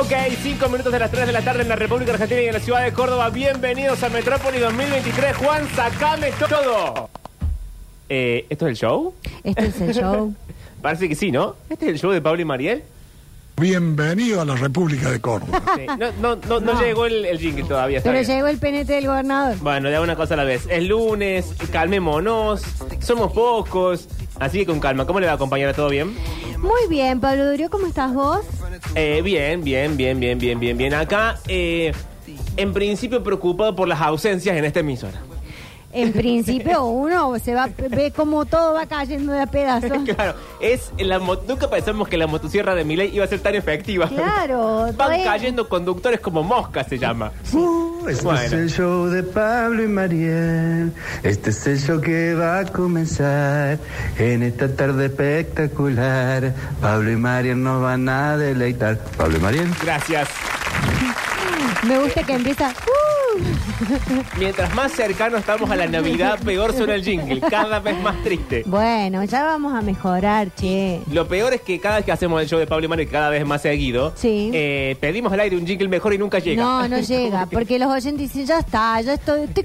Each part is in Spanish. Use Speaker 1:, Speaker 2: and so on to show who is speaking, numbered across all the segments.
Speaker 1: Ok, 5 minutos de las 3 de la tarde en la República Argentina y en la ciudad de Córdoba. Bienvenidos a Metrópoli 2023. Juan, sacame todo. Eh, ¿Esto es el show?
Speaker 2: Este es el show.
Speaker 1: Parece que sí, ¿no? ¿Este es el show de Pablo y Mariel?
Speaker 3: Bienvenido a la República de Córdoba.
Speaker 1: Sí. No, no, no, no
Speaker 2: No.
Speaker 1: llegó el, el jingle todavía. está
Speaker 2: Pero
Speaker 1: bien.
Speaker 2: llegó el penete del gobernador.
Speaker 1: Bueno, de una cosa a la vez. Es lunes, calmémonos, somos pocos. Así que con calma, ¿cómo le va a acompañar? ¿Todo bien?
Speaker 2: Muy bien, Pablo Durio, ¿cómo estás vos?
Speaker 1: Eh, bien, bien, bien, bien, bien, bien, bien. Acá, eh, en principio preocupado por las ausencias en esta emisora.
Speaker 2: En principio uno se va ve cómo todo va cayendo de a pedazos.
Speaker 1: Claro, es la mo- nunca pensamos que la motosierra de Miley iba a ser tan efectiva.
Speaker 2: Claro, todo
Speaker 1: Van
Speaker 2: es-
Speaker 1: cayendo conductores como moscas, se llama.
Speaker 4: Uh, este
Speaker 1: Bueno.
Speaker 4: es el show de Pablo y Mariel. Este es el show que va a comenzar en esta tarde espectacular. Pablo y Mariel nos van a deleitar. Pablo y Mariel.
Speaker 1: Gracias.
Speaker 2: Me gusta que empieza. ¡uh!
Speaker 1: Mientras más cercano estamos a la Navidad, peor suena el jingle, cada vez más triste.
Speaker 2: Bueno, ya vamos a mejorar, che.
Speaker 1: Lo peor es que cada vez que hacemos el show de Pablo y Mario, que cada vez es más seguido,
Speaker 2: Sí.
Speaker 1: eh, pedimos al aire un jingle mejor y nunca llega.
Speaker 2: No, no llega, porque los oyentes dicen, ya está, ya estoy, estoy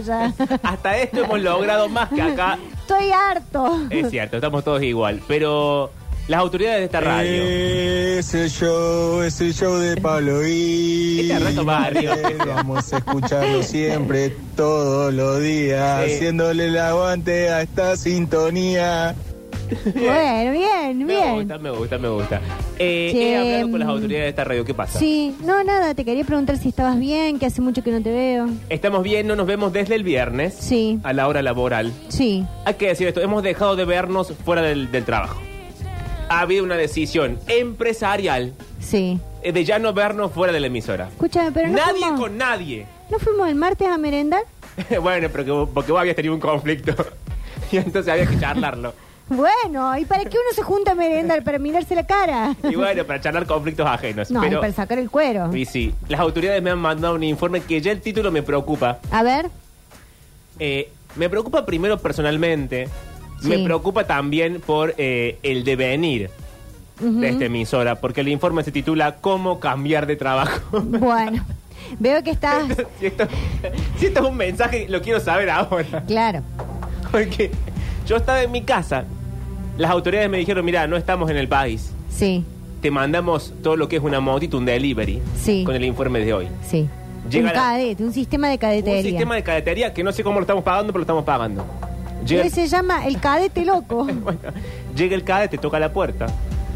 Speaker 2: ya.
Speaker 1: Hasta esto hemos logrado más que acá.
Speaker 2: Estoy harto.
Speaker 1: Es cierto, estamos todos igual. Pero las autoridades de esta radio.
Speaker 2: Eh,
Speaker 5: Es el show, es el show de Pablo y
Speaker 1: Este arranca más arriba.
Speaker 5: Vamos a escucharlo siempre, todos los días,
Speaker 1: Sí.
Speaker 5: haciéndole el aguante a esta sintonía.
Speaker 2: Bueno, bien,
Speaker 1: Me
Speaker 2: bien.
Speaker 1: gusta, me gusta, me gusta. Eh,
Speaker 2: Sí.
Speaker 1: He hablado con las autoridades de esta radio. ¿Qué pasa?
Speaker 2: Sí, no, nada, te quería preguntar si estabas bien, que hace mucho que no te veo.
Speaker 1: Estamos bien, no nos vemos desde el viernes.
Speaker 2: Sí.
Speaker 1: A la hora laboral.
Speaker 2: Sí,
Speaker 1: Hay que decir esto, hemos dejado de vernos fuera del, del trabajo. Ha habido una decisión empresarial
Speaker 2: sí.
Speaker 1: eh, de ya no vernos fuera de la emisora.
Speaker 2: Escúchame, pero no
Speaker 1: nadie
Speaker 2: fuimos-
Speaker 1: con nadie.
Speaker 2: ¿No fuimos el martes a merendar?
Speaker 1: bueno, porque, vos- porque vos habías tenido un conflicto. y entonces había que charlarlo.
Speaker 2: Bueno, ¿y para qué uno se junta a merendar? Para mirarse la cara.
Speaker 1: Y bueno, para charlar conflictos ajenos.
Speaker 2: No,
Speaker 1: Pero,
Speaker 2: y para sacar el cuero.
Speaker 1: y sí, las autoridades me han mandado un informe que ya el título me preocupa.
Speaker 2: A ver,
Speaker 1: Eh, me preocupa primero personalmente.
Speaker 2: Sí.
Speaker 1: Me preocupa también por eh, el devenir de esta emisora, porque el informe se titula ¿Cómo cambiar de trabajo?
Speaker 2: bueno, veo que estás...
Speaker 1: si, esto, si esto es un mensaje, lo quiero saber ahora.
Speaker 2: Claro.
Speaker 1: Porque yo estaba en mi casa, las autoridades me dijeron, mira, no estamos en el país.
Speaker 2: Sí,
Speaker 1: Te mandamos todo lo que es una motito, un delivery,
Speaker 2: Sí.
Speaker 1: con el informe de hoy.
Speaker 2: sí.
Speaker 1: Llega
Speaker 2: un
Speaker 1: la-
Speaker 2: cadete, un sistema de cadetería.
Speaker 1: Un sistema de cadetería que no sé cómo lo estamos pagando, pero lo estamos pagando. Llega,
Speaker 2: Que se llama el cadete loco.
Speaker 1: bueno, llega el cadete, toca la puerta.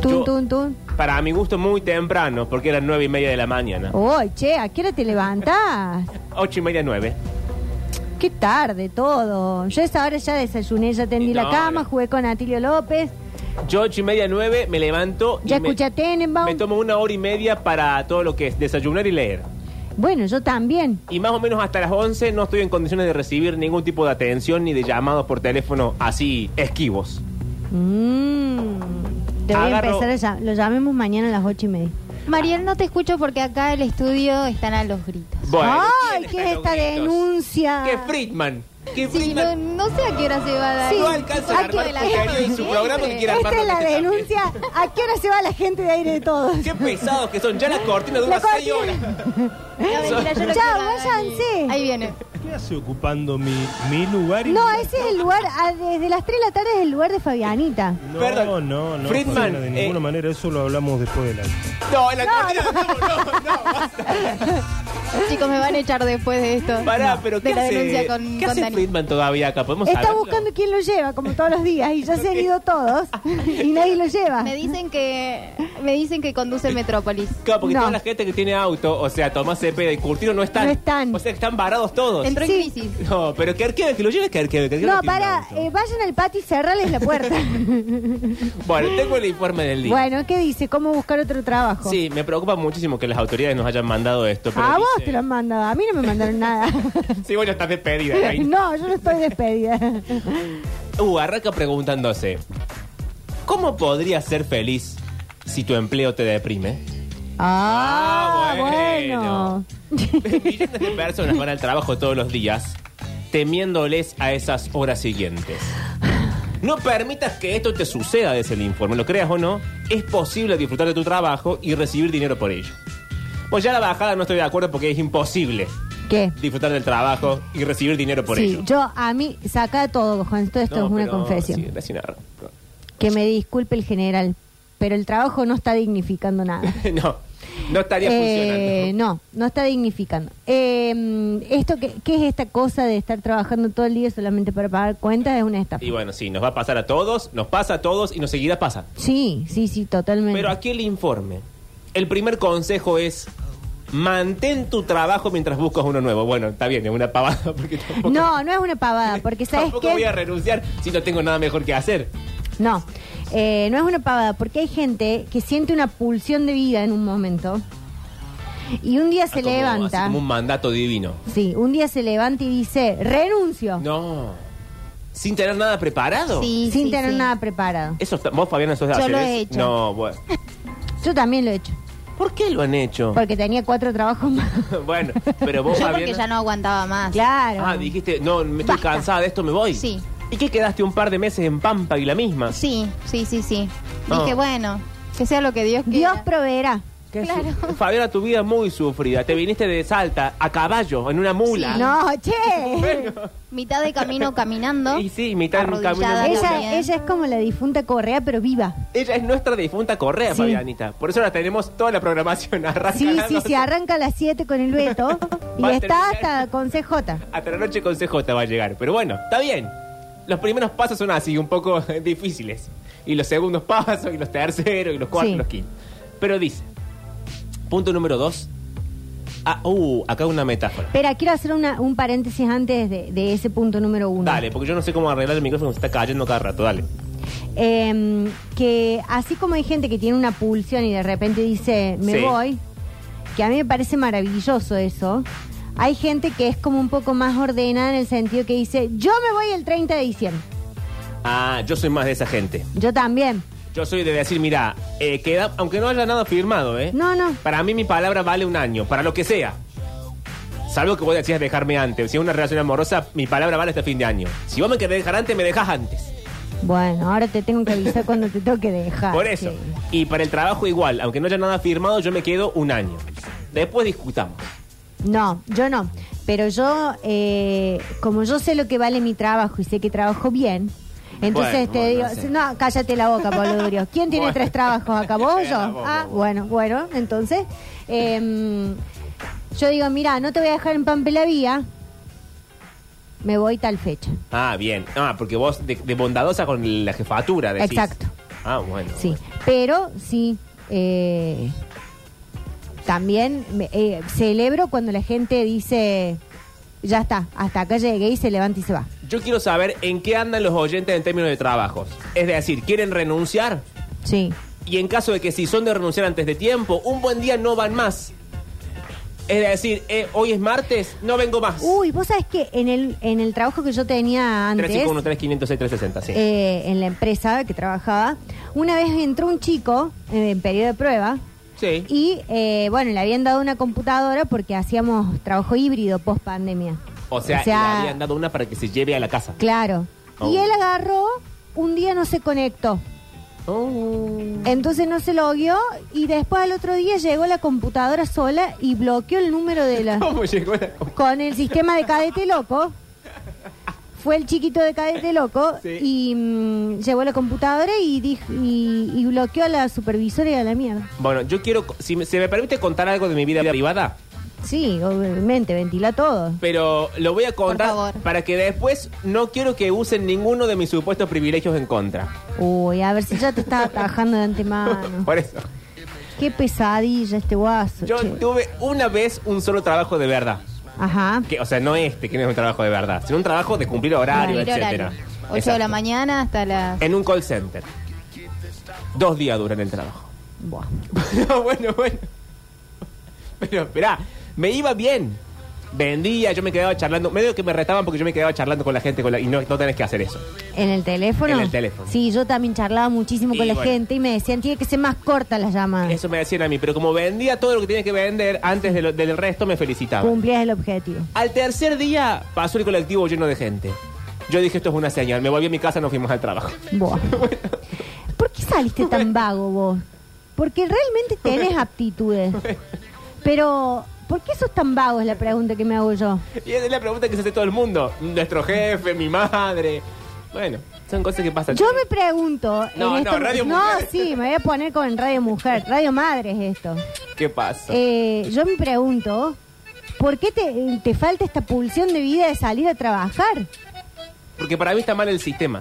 Speaker 1: Yo-
Speaker 2: Tun, tun, tun.
Speaker 1: Para mi gusto, muy temprano, porque eran nueve y media de la mañana.
Speaker 2: Oye, che, ¿a qué hora te levantás?
Speaker 1: Ocho y media, nueve.
Speaker 2: Qué tarde todo. Yo a esa hora ya desayuné, ya tendí
Speaker 1: No,
Speaker 2: la cama,
Speaker 1: no.
Speaker 2: jugué con Atilio López.
Speaker 1: Yo ocho y media, nueve, me levanto. y
Speaker 2: Ya
Speaker 1: me-
Speaker 2: escuché a Tenenbaum.
Speaker 1: Me tomo una hora y media para todo lo que es desayunar y leer.
Speaker 2: Bueno, yo también.
Speaker 1: Y más o menos hasta las 11 no estoy en condiciones de recibir ningún tipo de atención ni de llamados por teléfono así esquivos.
Speaker 2: Mm. Te voy a
Speaker 1: Agarro-
Speaker 2: empezar a llam- Lo llamemos mañana a las ocho y media.
Speaker 6: Mariel, no te escucho porque acá el estudio están a los gritos.
Speaker 2: ¡Ay,
Speaker 1: ¿quién
Speaker 2: qué
Speaker 1: está
Speaker 2: es esta
Speaker 1: con gritos?
Speaker 2: denuncia!
Speaker 1: ¡Qué Friedman! ¡Qué
Speaker 6: Sí, no,
Speaker 1: Friedman!
Speaker 6: no sé a qué hora se va a dar.
Speaker 2: Sí.
Speaker 1: No alcanza a
Speaker 6: Hay que
Speaker 1: armar
Speaker 6: velar
Speaker 1: porquería
Speaker 6: por
Speaker 1: en su
Speaker 6: siempre.
Speaker 1: programa ni quiere
Speaker 2: Esta
Speaker 1: armarlo
Speaker 2: es la
Speaker 1: este también.
Speaker 2: denuncia. ¿A qué hora se va la gente de aire de todos?
Speaker 1: ¡Qué pesados que son! Ya la cortina dura
Speaker 2: La
Speaker 1: 6
Speaker 2: cortina.
Speaker 1: horas.
Speaker 6: No, mentira, yo
Speaker 2: Chao,
Speaker 6: lo quiero a Dani.
Speaker 2: váyanse.
Speaker 6: Ahí viene.
Speaker 7: ¿Qué hace ocupando mi, mi lugar? y
Speaker 2: No,
Speaker 7: mi-
Speaker 2: ese es el lugar. ah, Desde las 3 de la tarde es el lugar de Fabianita.
Speaker 7: No,
Speaker 1: Perdón.
Speaker 7: no, no.
Speaker 1: Friedman,
Speaker 7: Fabiana, de ninguna
Speaker 1: eh,
Speaker 7: manera, eso lo hablamos después del acto.
Speaker 1: No, en la cortina no, no, no, basta.
Speaker 6: Chicos, me van a echar después de esto.
Speaker 1: Pará,
Speaker 6: No,
Speaker 1: pero ¿qué
Speaker 6: de la
Speaker 1: hace,
Speaker 6: denuncia con,
Speaker 1: ¿qué
Speaker 6: con
Speaker 1: hace
Speaker 6: Dani.
Speaker 1: Friedman todavía acá? ¿Podemos
Speaker 2: Está
Speaker 1: saberlo?
Speaker 2: buscando quién lo lleva, como todos los días, y ya se han ido todos, y nadie lo lleva.
Speaker 6: Me dicen que me dicen que conduce Metrópolis.
Speaker 1: Claro, porque
Speaker 2: No.
Speaker 1: toda la gente que tiene auto, o sea, Tomás Cepeda y Curtino no están.
Speaker 2: No están.
Speaker 1: O sea, que están varados todos.
Speaker 6: Entró
Speaker 2: Sí.
Speaker 6: en crisis.
Speaker 1: No, pero que arqueve, que lo lleve, que arqueve. que arqueve
Speaker 2: No,
Speaker 1: tiene
Speaker 2: para,
Speaker 1: auto.
Speaker 2: eh, vayan al patio y cerrales la puerta. eh,
Speaker 1: Bueno, tengo el informe del día.
Speaker 2: bueno, ¿qué dice? ¿Cómo buscar otro trabajo?
Speaker 1: Sí, me preocupa muchísimo que las autoridades nos hayan mandado esto. Pero
Speaker 2: A vos
Speaker 1: dice-
Speaker 2: te lo han mandado, a mí no me mandaron nada.
Speaker 1: Sí, bueno, estás despedida. Karina.
Speaker 2: no, yo no estoy despedida.
Speaker 1: Uh, arranca preguntándose. ¿Cómo podrías ser feliz si tu empleo te deprime?
Speaker 2: Ah,
Speaker 1: Ah, bueno.
Speaker 2: bueno.
Speaker 1: Millones de personas van al trabajo todos los días temiéndoles a esas horas siguientes. No permitas que esto te suceda, desde el informe, lo creas o no, es posible disfrutar de tu trabajo y recibir dinero por ello. Pues ya la bajada no estoy de acuerdo porque es imposible
Speaker 2: ¿Qué?
Speaker 1: disfrutar del trabajo y recibir dinero por
Speaker 2: sí,
Speaker 1: ello.
Speaker 2: yo a mí, saca todo, Juan, todo esto
Speaker 1: No,
Speaker 2: es una
Speaker 1: pero,
Speaker 2: confesión.
Speaker 1: sí, recién ahora.
Speaker 2: Que me disculpe el general, pero el trabajo no está dignificando nada.
Speaker 1: no, no estaría
Speaker 2: Eh,
Speaker 1: funcionando.
Speaker 2: no, no está dignificando. Eh, mm, esto que, ¿Qué es esta cosa de estar trabajando todo el día solamente para pagar cuentas? Es una estafa.
Speaker 1: Y bueno, sí, nos va a pasar a todos, nos pasa a todos y nos seguirá pasando.
Speaker 2: Sí, sí, sí, totalmente.
Speaker 1: Pero aquí el informe. El primer consejo es mantén tu trabajo mientras buscas uno nuevo. Bueno, está bien, es una pavada porque tampoco,
Speaker 2: no, no es una pavada, porque ¿sabes
Speaker 1: tampoco
Speaker 2: qué?
Speaker 1: voy a renunciar si no tengo nada mejor que hacer.
Speaker 2: No, eh, no es una pavada, porque hay gente que siente una pulsión de vida en un momento y un día se
Speaker 1: Como- Ah, así
Speaker 2: levanta.
Speaker 1: como un mandato divino.
Speaker 2: Sí, un día se levanta y dice, renuncio,
Speaker 1: No. Sin tener nada preparado.
Speaker 6: Sí,
Speaker 2: sin
Speaker 6: sí,
Speaker 2: tener
Speaker 6: sí.
Speaker 2: nada preparado.
Speaker 1: Eso está- vos Fabiana sos de
Speaker 6: Yo
Speaker 1: hacer
Speaker 6: lo
Speaker 1: eso?
Speaker 6: he hecho.
Speaker 1: No, bueno.
Speaker 2: Yo también lo he hecho,
Speaker 1: ¿Por qué lo han hecho?
Speaker 2: porque tenía cuatro trabajos más.
Speaker 1: bueno, pero vos
Speaker 6: Yo
Speaker 1: Fabiana
Speaker 6: porque ya no aguantaba más.
Speaker 2: Claro.
Speaker 1: Ah, dijiste, no, me estoy
Speaker 6: Basta.
Speaker 1: cansada de esto, me voy.
Speaker 6: Sí.
Speaker 1: ¿Y qué quedaste un par de meses en Pampa y la misma?
Speaker 6: Sí, sí, sí, sí.
Speaker 1: No.
Speaker 6: Dije, bueno, que sea lo que Dios quiera.
Speaker 2: Dios proveerá.
Speaker 1: ¿Qué es? Fabiana, tu vida es muy sufrida. Te viniste de Salta a caballo, en una mula.
Speaker 6: Sí.
Speaker 2: No, che.
Speaker 6: Mitad de camino caminando.
Speaker 1: Y sí, mitad de un camino.
Speaker 6: arrodillada también.
Speaker 2: Ella, ella es como la difunta Correa, pero viva.
Speaker 1: Ella es nuestra difunta correa,
Speaker 2: Sí.
Speaker 1: Fabianita. Por eso la tenemos toda la programación arrancada.
Speaker 2: Sí, sí, sí, arranca a las 7 con el Beto y
Speaker 1: Va a
Speaker 2: está
Speaker 1: terminar.
Speaker 2: hasta con CJ.
Speaker 1: Hasta la noche con CJ va a llegar. Pero bueno, está bien. Los primeros pasos son así, un poco difíciles. Y los segundos pasos, y los terceros, y los cuartos,
Speaker 2: Sí.
Speaker 1: y los quintos. Pero dice, punto número dos. Ah, uh, acá una metáfora.
Speaker 2: Espera, quiero hacer una- un paréntesis antes de, de ese punto número uno.
Speaker 1: Dale, porque yo no sé cómo arreglar el micrófono, se está cayendo cada rato, dale.
Speaker 2: Eh, que así como hay gente que tiene una pulsión y de repente dice, me
Speaker 1: Sí.
Speaker 2: voy, que a mí me parece maravilloso eso, hay gente que es como un poco más ordenada en el sentido que dice, yo me voy el 30 de diciembre.
Speaker 1: Ah, yo soy más de esa gente.
Speaker 2: Yo también.
Speaker 1: Yo soy de decir, mira, eh, queda, aunque no haya nada firmado, ¿eh?
Speaker 2: No, no.
Speaker 1: Para mí mi palabra vale un año, para lo que sea. Salvo que vos decías dejarme antes. Si es una relación amorosa, mi palabra vale hasta fin de año. Si vos me querés dejar antes, me dejas antes.
Speaker 2: Bueno, ahora te tengo que avisar cuando te toque dejar.
Speaker 1: Por eso.
Speaker 2: sí.
Speaker 1: Y para el trabajo igual, aunque no haya nada firmado, yo me quedo un año. Después discutamos.
Speaker 2: No, yo no. Pero yo, eh, como yo sé lo que vale mi trabajo y sé que trabajo bien, entonces
Speaker 1: Bueno,
Speaker 2: te
Speaker 1: bueno,
Speaker 2: digo,
Speaker 1: sí.
Speaker 2: no, cállate la boca, boludo. ¿Quién tiene
Speaker 1: Bueno.
Speaker 2: tres trabajos acá? ¿Vos o yo?
Speaker 1: Era vos,
Speaker 2: Ah,
Speaker 1: vos, vos.
Speaker 2: bueno, bueno, entonces. eh, yo digo, mira, no te voy a dejar en Pampelabía, me voy tal fecha.
Speaker 1: Ah, bien. Ah, porque vos de, de bondadosa con la jefatura, decís.
Speaker 2: Exacto.
Speaker 1: Ah, bueno.
Speaker 2: Sí, pero sí, eh, también me- eh, celebro cuando la gente dice, ya está, hasta acá llegué y se levanta y se va.
Speaker 1: Yo quiero saber en qué andan los oyentes en términos de trabajos. Es decir, ¿quieren renunciar?
Speaker 2: Sí.
Speaker 1: Y en caso de que si son de renunciar antes de tiempo, un buen día no van más. Es decir, eh, hoy es martes, no vengo más.
Speaker 2: Uy, vos sabés que en el, en el trabajo que yo tenía antes,
Speaker 1: 351, 3506, 360, sí.
Speaker 2: eh, en la empresa que trabajaba, una vez entró un chico eh, en periodo de prueba
Speaker 1: sí.
Speaker 2: y, eh, bueno, le habían dado una computadora porque hacíamos trabajo híbrido post pandemia.
Speaker 1: o sea, le habían dado una para que se lleve a la casa.
Speaker 2: Claro.
Speaker 1: Oh.
Speaker 2: Y él agarró, un día no se conectó. Oh. Entonces no se lo guió y después al otro día llegó la computadora sola y bloqueó el número de la...
Speaker 1: ¿Cómo llegó la
Speaker 2: Con el sistema de cadete loco. Fue el chiquito de cadete loco
Speaker 1: Sí.
Speaker 2: y mm, llevó la computadora y, dijo- y, y bloqueó a la supervisora y a la mierda.
Speaker 1: Bueno, yo quiero, si me- se me permite contar algo de mi vida privada,
Speaker 2: Sí, obviamente, ventila todo.
Speaker 1: pero lo voy a contar
Speaker 6: favor.
Speaker 1: para que después no quiero que usen ninguno de mis supuestos privilegios en contra.
Speaker 2: Uy, a ver si ya te estaba atajando de antemano.
Speaker 1: Por eso.
Speaker 2: Qué pesadilla este guaso.
Speaker 1: Yo
Speaker 2: che.
Speaker 1: tuve una vez un solo trabajo de verdad.
Speaker 2: Ajá.
Speaker 1: Que, o sea, no este, que no es un trabajo de verdad, sino un trabajo de cumplir horario,
Speaker 6: Horario,
Speaker 1: etcétera.
Speaker 6: horario. 8
Speaker 1: Exacto.
Speaker 6: de la mañana hasta las...
Speaker 1: En un call center. Dos días duran el trabajo.
Speaker 2: Buah.
Speaker 1: No, bueno, bueno. Pero esperá, me iba bien. Vendía, yo me quedaba charlando. Medio que me retaban porque yo me quedaba charlando con la gente con la- y no, no tenés que hacer eso.
Speaker 2: ¿En el teléfono?
Speaker 1: En el teléfono.
Speaker 2: Sí, yo también charlaba muchísimo
Speaker 1: Y
Speaker 2: con la
Speaker 1: bueno.
Speaker 2: gente y me decían, tiene que ser más corta las
Speaker 6: Ah.
Speaker 2: llamadas.
Speaker 1: Eso me decían a mí. Pero como vendía todo lo que tenía que vender antes de lo- del resto, me felicitaban.
Speaker 2: Cumplías el objetivo.
Speaker 1: Al tercer día pasó el colectivo lleno de gente. Yo dije, esto es una señal. Me volví a mi casa, nos fuimos al trabajo.
Speaker 2: Buah. ¿Por qué saliste tan vago vos? Porque realmente tenés aptitudes. Pero, ¿por qué sos tan vago? Es la pregunta que me hago yo.
Speaker 1: Y esa es la pregunta que se hace todo el mundo. Nuestro jefe, mi madre. Bueno, son cosas que pasan.
Speaker 2: Yo me pregunto.
Speaker 1: No, no, Radio
Speaker 2: no,
Speaker 1: Mujer.
Speaker 2: sí, me voy a poner con Radio Mujer. Radio Madre es esto.
Speaker 1: ¿Qué pasa?
Speaker 2: Eh, yo me pregunto, ¿por qué te, te falta esta pulsión de vida de salir a trabajar?
Speaker 1: Porque para mí está mal el sistema.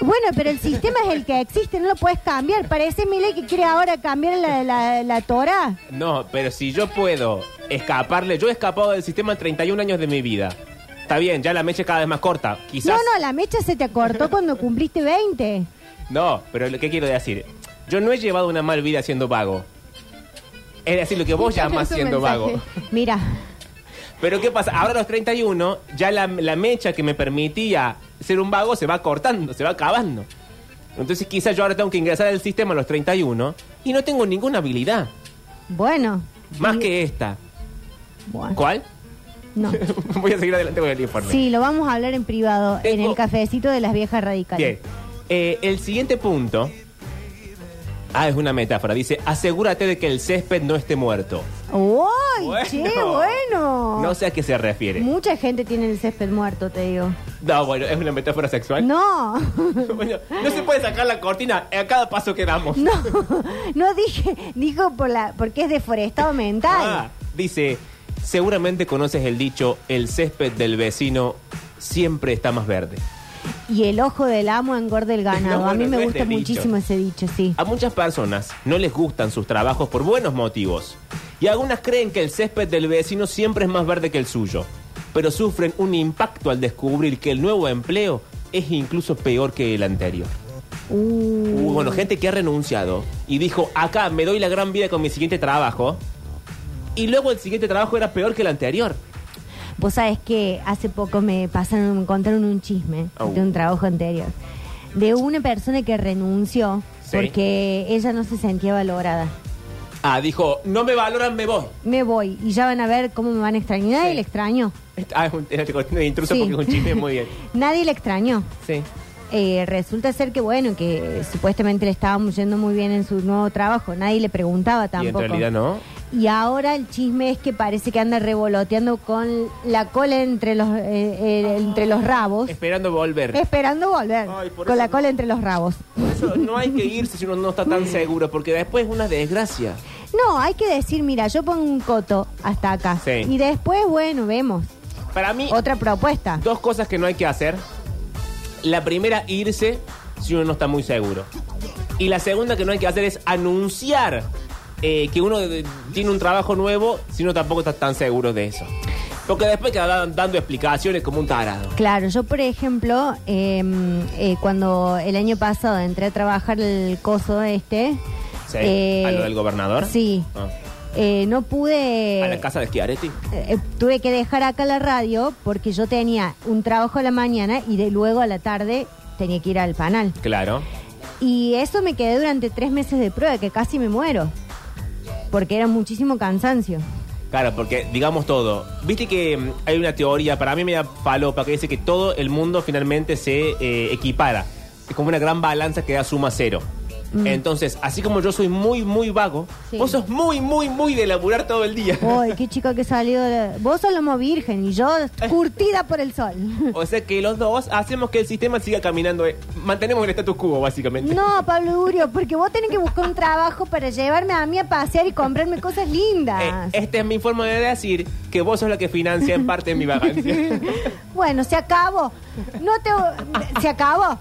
Speaker 2: Bueno, pero el sistema es el que existe, no lo puedes cambiar. Parece mi ley que quiere ahora cambiar la, la, la Torah.
Speaker 1: No, pero si yo puedo escaparle, yo he escapado del sistema en 31 años de mi vida. Está bien, ya la mecha es cada vez más corta. Quizás.
Speaker 2: No, no, la mecha se te acortó cuando cumpliste 20.
Speaker 1: No, pero lo que quiero decir, yo no he llevado una mal vida siendo vago. Es decir, lo que vos llamás
Speaker 6: Es un
Speaker 1: siendo
Speaker 6: mensaje.
Speaker 1: vago.
Speaker 2: Mira,
Speaker 1: Pero ¿qué pasa? Ahora a los 31, ya la, la mecha que me permitía ser un vago se va cortando, se va acabando. Entonces quizás yo ahora tengo que ingresar al sistema a los 31 y no tengo ninguna habilidad,
Speaker 2: bueno.
Speaker 1: más que esta.
Speaker 2: Bueno,
Speaker 1: ¿Cuál?
Speaker 2: no.
Speaker 1: Voy a seguir adelante con el informe.
Speaker 2: Sí, lo vamos a hablar en privado, en
Speaker 1: Tengo-
Speaker 2: el cafecito de las viejas radicales.
Speaker 1: Bien. Eh, el siguiente punto. Ah, es una metáfora. Dice: asegúrate de que el césped no esté muerto.
Speaker 2: ¡Uy, che, bueno!
Speaker 1: No sé a qué se refiere.
Speaker 2: Mucha gente tiene el césped muerto, te digo.
Speaker 1: No, bueno, es una metáfora sexual.
Speaker 2: No,
Speaker 1: Bueno, no se puede sacar la cortina a cada paso que damos.
Speaker 2: no, no dije, dijo por la, porque es deforestado mental.
Speaker 1: Ah, dice: seguramente conoces el dicho: el césped del vecino siempre está más verde.
Speaker 2: Y el ojo del amo engorda el ganado.
Speaker 1: No,
Speaker 2: a mí
Speaker 1: bueno,
Speaker 2: me
Speaker 1: no es
Speaker 2: gusta
Speaker 1: de Ah. dicho.
Speaker 2: muchísimo ese dicho, sí.
Speaker 1: A muchas personas no les gustan sus trabajos por buenos motivos. Y algunas creen que el césped del vecino siempre es más verde que el suyo. Pero sufren un impacto al descubrir que el nuevo empleo es incluso peor que el anterior.
Speaker 2: Mm.
Speaker 1: Uh, bueno, gente que ha renunciado y dijo, acá me doy la gran vida con mi siguiente trabajo. Y luego el siguiente trabajo era peor que el anterior.
Speaker 2: Vos sabés que hace poco me pasaron, me contaron un chisme
Speaker 1: Au.
Speaker 2: de un trabajo anterior. De una persona que renunció
Speaker 1: Sí.
Speaker 2: porque ella no se sentía valorada.
Speaker 1: Ah, dijo, no me valoran, me voy.
Speaker 2: Me voy y ya van a ver cómo me van a extrañar. Nadie le extrañó.
Speaker 1: Ah, es un, era un intruso
Speaker 2: Sí.
Speaker 1: porque es un chiste muy bien.
Speaker 2: Nadie le extrañó.
Speaker 1: Sí.
Speaker 2: Eh, resulta ser que, bueno, que eh, supuestamente le estaba yendo muy bien en su nuevo trabajo. Nadie le preguntaba
Speaker 1: Y en
Speaker 2: tampoco.
Speaker 1: realidad no.
Speaker 2: Y ahora el chisme es que parece que anda revoloteando con la cola entre los eh, eh, entre los rabos,
Speaker 1: Esperando volver.
Speaker 2: esperando volver
Speaker 1: Ay, por
Speaker 2: con
Speaker 1: eso
Speaker 2: la
Speaker 1: no-
Speaker 2: cola entre los rabos.
Speaker 1: Por eso no hay que irse si uno no está
Speaker 2: Mm.
Speaker 1: tan seguro, porque después es una desgracia.
Speaker 2: No, hay que decir, mira, yo pongo un coto hasta acá
Speaker 1: Sí.
Speaker 2: y después, bueno, vemos
Speaker 1: Para mí,
Speaker 2: otra propuesta.
Speaker 1: dos cosas que no hay que hacer. La primera, irse si uno no está muy seguro. Y la segunda que no hay que hacer es anunciar eh, que uno eh, tiene un trabajo nuevo si uno tampoco está tan seguro de eso. Porque después quedan dando explicaciones como un tarado.
Speaker 2: Claro, yo por ejemplo, eh, eh, cuando el año pasado entré a trabajar el coso este,
Speaker 1: Sí,
Speaker 2: eh,
Speaker 1: ¿A lo del gobernador?
Speaker 2: sí,
Speaker 1: Ah.
Speaker 2: eh, no pude...
Speaker 1: ¿A la casa de Schiaretti?
Speaker 2: Eh, tuve que dejar acá la radio porque yo tenía un trabajo a la mañana y de luego a la tarde tenía que ir al panal.
Speaker 1: Claro.
Speaker 2: Y eso me quedé durante tres meses de prueba, que casi me muero. Porque era muchísimo cansancio.
Speaker 1: Claro, porque digamos todo. Viste que mm, hay una teoría, para mí me da palopa, que dice que todo el mundo finalmente se eh, equipara. Es como una gran balanza que da suma cero. Entonces, así como yo soy muy, muy vago,
Speaker 2: Sí.
Speaker 1: vos sos muy, muy, muy de laburar todo el día.
Speaker 2: Ay, qué chica que salió. de- Vos sos lomo virgen y yo curtida por el sol.
Speaker 1: O sea que los dos hacemos que el sistema siga caminando. eh, Mantenemos el status quo, básicamente. Eh,
Speaker 2: No, Pablo Durio, porque vos tenés que buscar un trabajo para llevarme a mí a pasear y comprarme cosas
Speaker 1: Eh,
Speaker 2: lindas.
Speaker 1: esta es mi forma de decir que vos sos la que financia en parte mi vagancia.
Speaker 2: Bueno, se acabó. No te. Se acabó.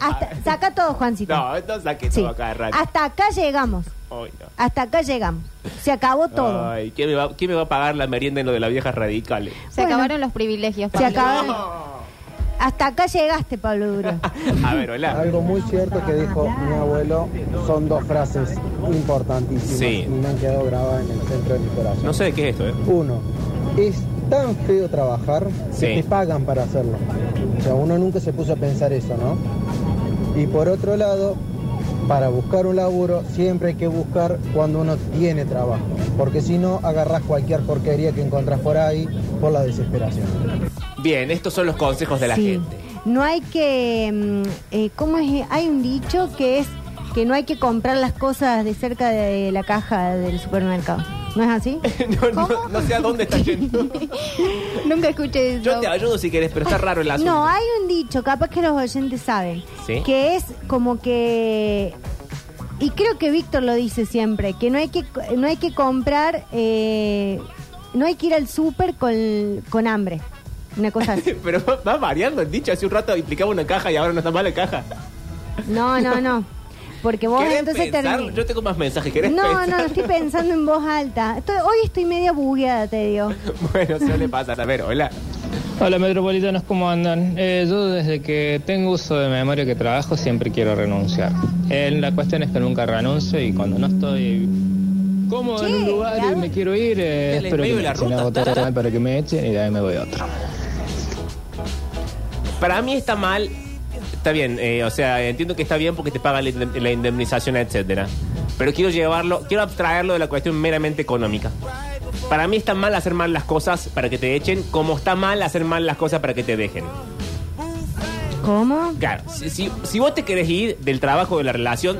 Speaker 2: Hasta- saca todo, Juancito.
Speaker 1: no, entonces saqué
Speaker 2: Sí. Ah.
Speaker 1: todo acá de rato.
Speaker 2: Hasta acá llegamos.
Speaker 1: Ay, no.
Speaker 2: Hasta acá llegamos. Se acabó todo.
Speaker 1: Ay, ¿quién me, va, quién me va a pagar la merienda en lo de las viejas radicales?
Speaker 6: Se
Speaker 2: Bueno.
Speaker 6: acabaron los privilegios.
Speaker 2: Se
Speaker 6: Pablo.
Speaker 2: acabaron. Hasta acá llegaste, Pablo Duro.
Speaker 1: A ver, hola.
Speaker 5: Algo muy cierto que dijo mi abuelo son dos frases importantísimas
Speaker 1: Sí.
Speaker 5: y me han quedado grabadas en el centro de mi corazón.
Speaker 1: No sé de qué es esto, ¿eh?
Speaker 5: Uno, es tan feo trabajar
Speaker 1: Sí.
Speaker 5: que te pagan para hacerlo. O sea, uno nunca se puso a pensar eso, ¿no? Y por otro lado, para buscar un laburo siempre hay que buscar cuando uno tiene trabajo, porque si no agarras cualquier porquería que encontrás por ahí por la desesperación.
Speaker 1: Bien, estos son los consejos de la
Speaker 2: Sí.
Speaker 1: gente.
Speaker 2: no hay que. mm, eh, ¿Cómo es? Hay un dicho que es que no hay que comprar las cosas de cerca de la caja del supermercado. ¿No es así?
Speaker 1: no, no-
Speaker 6: ¿Cómo?
Speaker 1: no sé a dónde está yendo.
Speaker 6: Nunca escuché eso.
Speaker 1: Yo te ayudo si querés, pero está raro el asunto.
Speaker 2: No, hay un dicho, capaz que los oyentes saben,
Speaker 1: Sí.
Speaker 2: que es como que y creo que Víctor lo dice siempre, que no hay que no hay que comprar, eh, no hay que ir al súper con, con hambre, una cosa así.
Speaker 1: Pero va- va variando el dicho. Hace un rato implicaba una caja y ahora no está mal la caja.
Speaker 2: No, no, no, porque vos
Speaker 1: ¿Querés
Speaker 2: entonces
Speaker 1: pensar?
Speaker 2: termi-
Speaker 1: Yo tengo más mensajes. ¿Querés
Speaker 2: No,
Speaker 1: pensar?
Speaker 2: no, estoy pensando en voz alta. Estoy- hoy estoy media bugueada, te digo.
Speaker 1: Bueno, se le pasa. A ver, hola.
Speaker 8: Hola metropolitanos, ¿cómo andan? Eh, yo desde que tengo uso de memoria que trabajo siempre quiero renunciar. Eh, la cuestión es que nunca renuncio y cuando no estoy cómodo en un
Speaker 2: Che,
Speaker 8: lugar y
Speaker 2: ¿y
Speaker 8: me quiero ir, eh,
Speaker 1: En el
Speaker 8: espero que
Speaker 1: medio
Speaker 8: me
Speaker 1: de la
Speaker 8: echen
Speaker 1: ruta,
Speaker 8: la botella
Speaker 1: tará.
Speaker 8: para que me echen y de ahí me voy a otro.
Speaker 1: Para mí está mal. Está bien, eh, o sea, entiendo que está bien porque te pagan la indem- la indemnización, etcétera. Pero quiero llevarlo, quiero abstraerlo de la cuestión meramente económica. Para mí está mal hacer mal las cosas para que te echen, como está mal hacer mal las cosas para que te dejen.
Speaker 2: ¿Cómo?
Speaker 1: Claro, si, si- si vos te querés ir del trabajo, de la relación,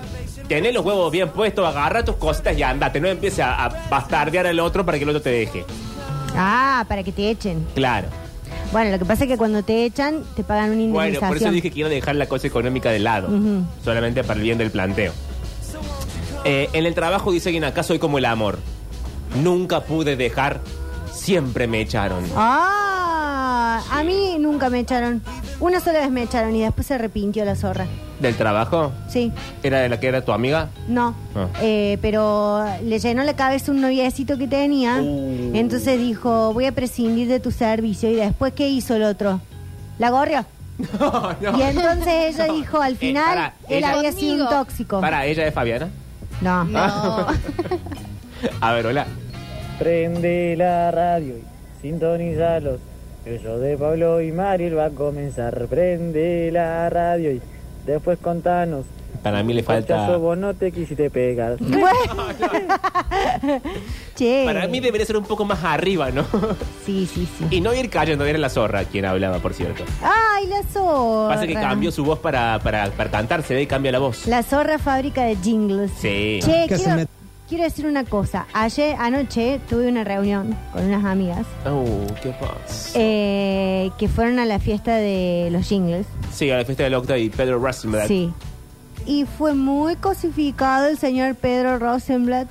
Speaker 1: tené los huevos bien puestos, agarra tus cositas y andate. No empieces a, a bastardear al otro para que el otro te deje.
Speaker 2: Ah, para que te echen.
Speaker 1: Claro.
Speaker 2: Bueno, lo que pasa es que cuando te echan te pagan una
Speaker 1: Bueno,
Speaker 2: indemnización.
Speaker 1: por eso dije que iba a dejar la cosa económica de lado,
Speaker 2: Ujú.
Speaker 1: solamente para el bien del planteo. Eh, en el trabajo dice alguien acá soy como el amor. Nunca pude dejar, siempre me echaron.
Speaker 2: Ah, a mí nunca me echaron. Una sola vez me echaron y después se arrepintió la zorra.
Speaker 1: ¿Del trabajo?
Speaker 2: Sí,
Speaker 1: ¿Era de la que era tu amiga?
Speaker 2: no.
Speaker 1: Ah.
Speaker 2: Eh, pero le llenó la cabeza un noviecito que tenía.
Speaker 1: Uh.
Speaker 2: Entonces dijo, voy a prescindir de tu servicio. Y después, ¿qué hizo el otro? La gorrió.
Speaker 1: No,
Speaker 2: Y entonces ella dijo, al
Speaker 1: Eh,
Speaker 2: final,
Speaker 1: pará,
Speaker 2: él
Speaker 1: ella-
Speaker 2: había sido un
Speaker 6: Conmigo.
Speaker 2: tóxico.
Speaker 1: Para, ¿ella es Fabiana?
Speaker 2: No.
Speaker 6: No.
Speaker 1: Ah. A ver, hola.
Speaker 9: Prende la radio y sintonizalos. El show de Pablo y Mariel va a comenzar. Prende la radio y después contanos.
Speaker 1: Para mí le falta...
Speaker 9: Caso vos no te quisiste pegar.
Speaker 2: Che.
Speaker 1: Para mí debería ser un poco más arriba, ¿no?
Speaker 2: Sí, sí, sí.
Speaker 1: y no ir cayendo, era la zorra quien hablaba, por cierto.
Speaker 2: Ay, la zorra.
Speaker 1: Pasa que cambió su voz para, para, para cantar, se ve y cambia la voz.
Speaker 2: La zorra fábrica de jingles.
Speaker 1: Sí.
Speaker 2: Che,
Speaker 5: ¿Qué hacen
Speaker 2: quiero, quiero decir una cosa. Ayer, anoche, tuve una reunión con unas amigas
Speaker 1: Oh, ¿qué pasa?
Speaker 2: eh, que fueron a la fiesta de los jingles.
Speaker 1: Sí, a la fiesta del Octa y Pedro Rosenblatt.
Speaker 2: Sí. Y fue muy cosificado el señor Pedro Rosenblatt.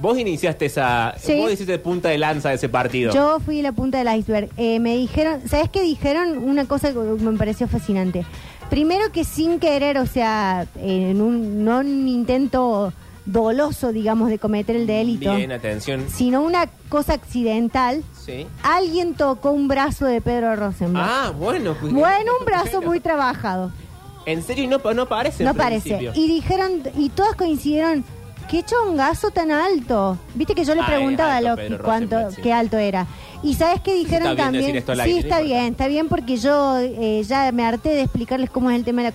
Speaker 1: Vos iniciaste esa.
Speaker 2: Sí.
Speaker 1: Vos hiciste punta de lanza de ese partido.
Speaker 2: Yo fui la punta del iceberg. Eh, me dijeron, ¿sabes qué dijeron? Una cosa que me pareció fascinante. Primero que sin querer, o sea, en un, no un intento doloso, digamos, de cometer el delito,
Speaker 1: Bien, atención.
Speaker 2: sino una cosa accidental,
Speaker 1: Sí.
Speaker 2: alguien tocó un brazo de Pedro Rosenblatt.
Speaker 1: Ah, bueno. pues-
Speaker 2: Bueno, un brazo
Speaker 1: Bueno.
Speaker 2: muy trabajado.
Speaker 1: En serio, y no, pa- no parece. en
Speaker 2: No parece.
Speaker 1: principio.
Speaker 2: Y dijeron, y todas coincidieron, qué chongazo tan alto. Viste que yo le
Speaker 1: Ah,
Speaker 2: preguntaba a
Speaker 1: es alto,
Speaker 2: Loki
Speaker 1: Pedro
Speaker 2: cuánto,
Speaker 1: Rosenblatt, sí.
Speaker 2: qué alto era. Y sabes qué dijeron
Speaker 1: bien
Speaker 2: también.
Speaker 1: decir esto al
Speaker 2: sí,
Speaker 1: aire,
Speaker 2: está
Speaker 1: no importa.
Speaker 2: bien, está bien porque yo eh, ya me harté de explicarles cómo es el tema de la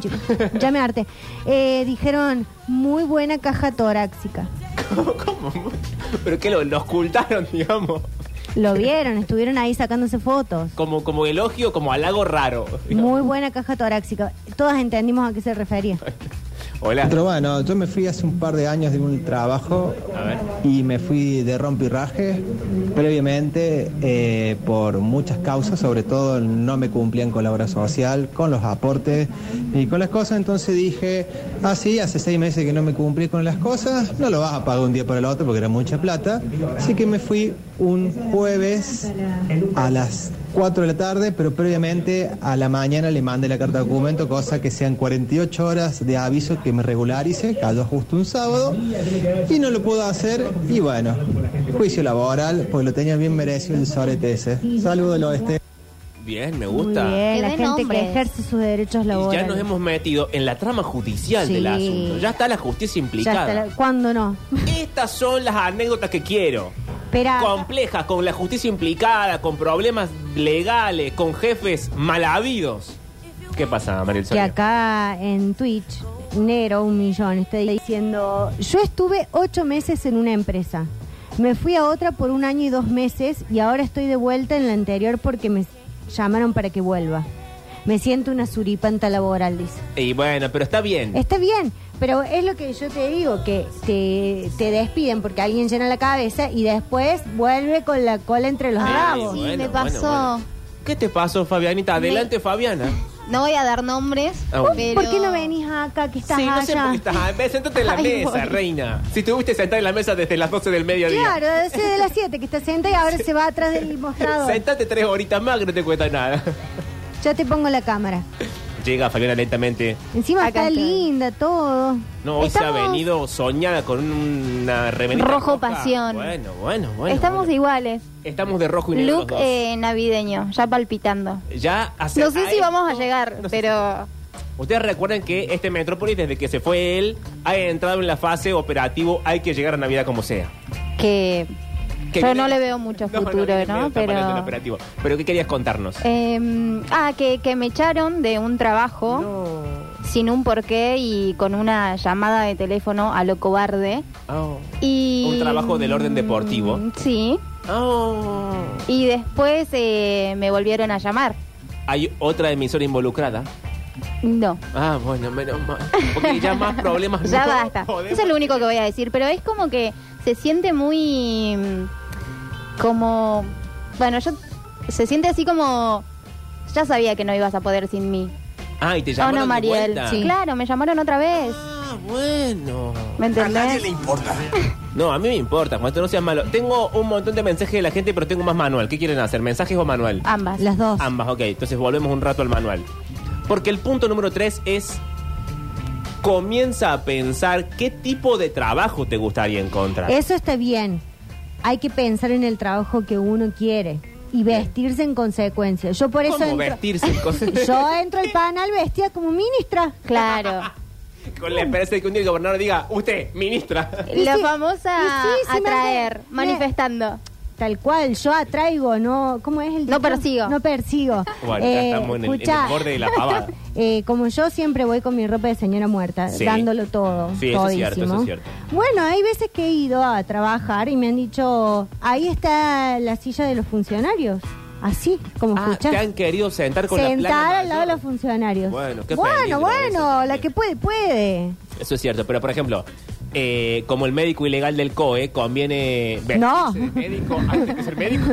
Speaker 2: chicos. ya me harté. Eh, dijeron, muy buena caja torácica.
Speaker 1: ¿Cómo? Pero que lo, lo ocultaron, digamos.
Speaker 2: Lo vieron, estuvieron ahí sacándose fotos.
Speaker 1: Como, como elogio, como halago raro.
Speaker 2: Muy buena caja torácica. Todas entendimos a qué se refería.
Speaker 1: Hola.
Speaker 10: Pero bueno, yo me fui hace un par de años de un trabajo
Speaker 1: A ver.
Speaker 10: y me fui de rompirraje previamente eh, por muchas causas, sobre todo no me cumplían con la obra social, con los aportes y con las cosas, entonces dije, ah sí, hace seis meses que no me cumplí con las cosas, no lo vas a pagar un día para el otro porque era mucha plata, así que me fui un jueves a las 4 de la tarde, pero previamente a la mañana le mandé la carta de documento, cosa que sean 48 horas de aviso que me regularice, cayó justo un sábado, y no lo pudo hacer, y bueno, juicio laboral, pues lo tenía bien merecido el sorete ese. Saludos del oeste.
Speaker 1: Bien, me
Speaker 2: Muy
Speaker 1: gusta.
Speaker 2: bien,
Speaker 6: Qué
Speaker 2: la
Speaker 6: buen
Speaker 2: gente que
Speaker 6: hombre.
Speaker 2: ejerce sus derechos
Speaker 1: Y
Speaker 2: laborales.
Speaker 1: ya nos hemos metido en la trama judicial
Speaker 2: Sí.
Speaker 1: del asunto. Ya está la justicia
Speaker 2: Ya
Speaker 1: implicada.
Speaker 2: está la- ¿Cuándo no?
Speaker 1: Estas son las anécdotas que quiero.
Speaker 2: Espera,
Speaker 1: complejas, con la justicia implicada, con problemas legales, con jefes mal habidos. ¿Qué pasa, Mariel
Speaker 2: que
Speaker 1: Soria?
Speaker 2: acá en Twitch, Nero, un millón, está diciendo, yo estuve ocho meses en una empresa, me fui a otra por un año y dos meses y ahora estoy de vuelta en la anterior porque me llamaron para que vuelva. Me siento una suripanta laboral, dice.
Speaker 1: Y bueno, pero está bien.
Speaker 2: Está bien, pero es lo que yo te digo, que te, te despiden porque alguien llena la cabeza y después vuelve con la cola entre los
Speaker 6: Ah,
Speaker 2: rabos.
Speaker 6: sí,
Speaker 1: bueno,
Speaker 6: me
Speaker 1: bueno,
Speaker 6: pasó.
Speaker 1: bueno. ¿Qué te pasó, Fabianita? Adelante, Fabiana.
Speaker 6: No voy a dar nombres,
Speaker 1: Ah, bueno.
Speaker 6: pero...
Speaker 2: ¿Por qué no venís acá que estás
Speaker 1: sí, no
Speaker 2: allá?
Speaker 1: sé por qué estás. ah, ve, Séntate en la
Speaker 6: Ay,
Speaker 1: mesa,
Speaker 6: voy.
Speaker 1: reina. Si estuviste sentada en la mesa desde las 12 del mediodía.
Speaker 2: Claro, desde de las 7 que está sentada y ahora se va atrás del mostrador.
Speaker 1: Sentate tres horitas más que no te cuesta nada.
Speaker 2: Ya te pongo la cámara.
Speaker 1: Llega Fabiana lentamente.
Speaker 2: Encima
Speaker 6: Acá
Speaker 2: está
Speaker 6: estoy.
Speaker 2: linda todo.
Speaker 1: No, hoy se ha
Speaker 6: Estamos-
Speaker 1: venido soñada con una remerita
Speaker 6: Rojo
Speaker 1: roja.
Speaker 6: pasión.
Speaker 1: Bueno, bueno, bueno.
Speaker 6: Estamos
Speaker 1: bueno.
Speaker 6: iguales.
Speaker 1: Estamos de rojo y negro los
Speaker 6: Look
Speaker 1: dos.
Speaker 6: eh, navideño, ya palpitando.
Speaker 1: Ya hace
Speaker 6: No sé si
Speaker 1: esto-
Speaker 6: vamos a llegar,
Speaker 1: no sé
Speaker 6: pero...
Speaker 1: Ustedes recuerden que este Metrópolis, desde que se fue él, ha entrado en la fase operativo, hay que llegar a Navidad como sea.
Speaker 6: que
Speaker 1: Que
Speaker 6: yo
Speaker 1: viene-
Speaker 6: no le veo mucho futuro,
Speaker 1: viene
Speaker 6: ¿no?
Speaker 1: medio permanente el
Speaker 6: Pero
Speaker 1: operativo. Pero ¿qué querías contarnos?
Speaker 6: eh, ah, que, que me echaron de un trabajo sin un porqué y con una llamada de teléfono a lo cobarde
Speaker 1: Oh.
Speaker 6: y
Speaker 1: Un trabajo del orden deportivo.
Speaker 6: Mm, Sí.
Speaker 1: Oh.
Speaker 6: Y después eh, me volvieron a llamar.
Speaker 1: Hay otra emisora involucrada.
Speaker 6: No.
Speaker 1: Ah, bueno, menos mal. Porque ya más problemas.
Speaker 6: Ya
Speaker 1: no
Speaker 6: basta.
Speaker 1: podemos
Speaker 6: Eso es lo único que voy a decir. Pero es como que se siente muy. mm, Como. Bueno, yo. Se siente así como. Ya sabía que no ibas a poder sin mí.
Speaker 1: Ah, y te
Speaker 6: Oh,
Speaker 1: llamaron
Speaker 6: no,
Speaker 1: de
Speaker 6: Mariel.
Speaker 1: vuelta.
Speaker 6: Sí. Claro, me llamaron otra vez.
Speaker 1: Ah, bueno.
Speaker 6: ¿Me entendés?
Speaker 1: No, a mí me importa, Juan, esto no seas malo. Tengo un montón de mensajes de la gente, pero tengo más manual. ¿Qué quieren hacer? ¿Mensajes o manual?
Speaker 6: Ambas.
Speaker 2: Las Ah, dos.
Speaker 1: Ambas, ok. Entonces volvemos un rato al manual. Porque el punto número tres es... Comienza a pensar qué tipo de trabajo te gustaría encontrar.
Speaker 2: Eso está bien. Hay que pensar en el trabajo que uno quiere y vestirse en consecuencia. Yo por eso
Speaker 1: ¿Cómo
Speaker 2: entro-
Speaker 1: vestirse en consecuencia?
Speaker 2: Yo entro al panel vestida como ministra.
Speaker 6: Claro.
Speaker 1: Con la esperanza de que un día el gobernador diga, usted, ministra.
Speaker 2: Y
Speaker 6: La
Speaker 2: sí,
Speaker 6: famosa
Speaker 2: y sí, sí, me
Speaker 6: atraer,
Speaker 2: hace-
Speaker 6: manifestando.
Speaker 2: Tal cual, yo atraigo, no, ¿cómo es el
Speaker 6: No
Speaker 2: dicho?
Speaker 6: persigo.
Speaker 2: No persigo. Eh,
Speaker 1: Bueno, ya estamos en el- en el
Speaker 2: escuchá,
Speaker 1: borde de la pavada.
Speaker 2: eh, como yo siempre voy con mi ropa de señora muerta,
Speaker 1: Sí.
Speaker 2: dándolo todo.
Speaker 1: Sí, eso es cierto,
Speaker 2: todísimo.
Speaker 1: eso es cierto.
Speaker 2: Bueno, hay veces que he ido a trabajar y me han dicho, ahí está la silla de los funcionarios. Así, como
Speaker 1: Ah,
Speaker 2: escuchás.
Speaker 1: te han querido sentar con la
Speaker 2: Sentar
Speaker 1: plana
Speaker 2: al lado de
Speaker 1: mayor.
Speaker 2: los funcionarios.
Speaker 1: Bueno, qué
Speaker 2: bueno,
Speaker 1: peligro eso
Speaker 2: bueno,
Speaker 1: también.
Speaker 2: la que puede, puede.
Speaker 1: Eso es cierto, pero por ejemplo, eh, como el médico ilegal del COE, conviene vestirse
Speaker 2: No.
Speaker 1: de médico antes que ser médico.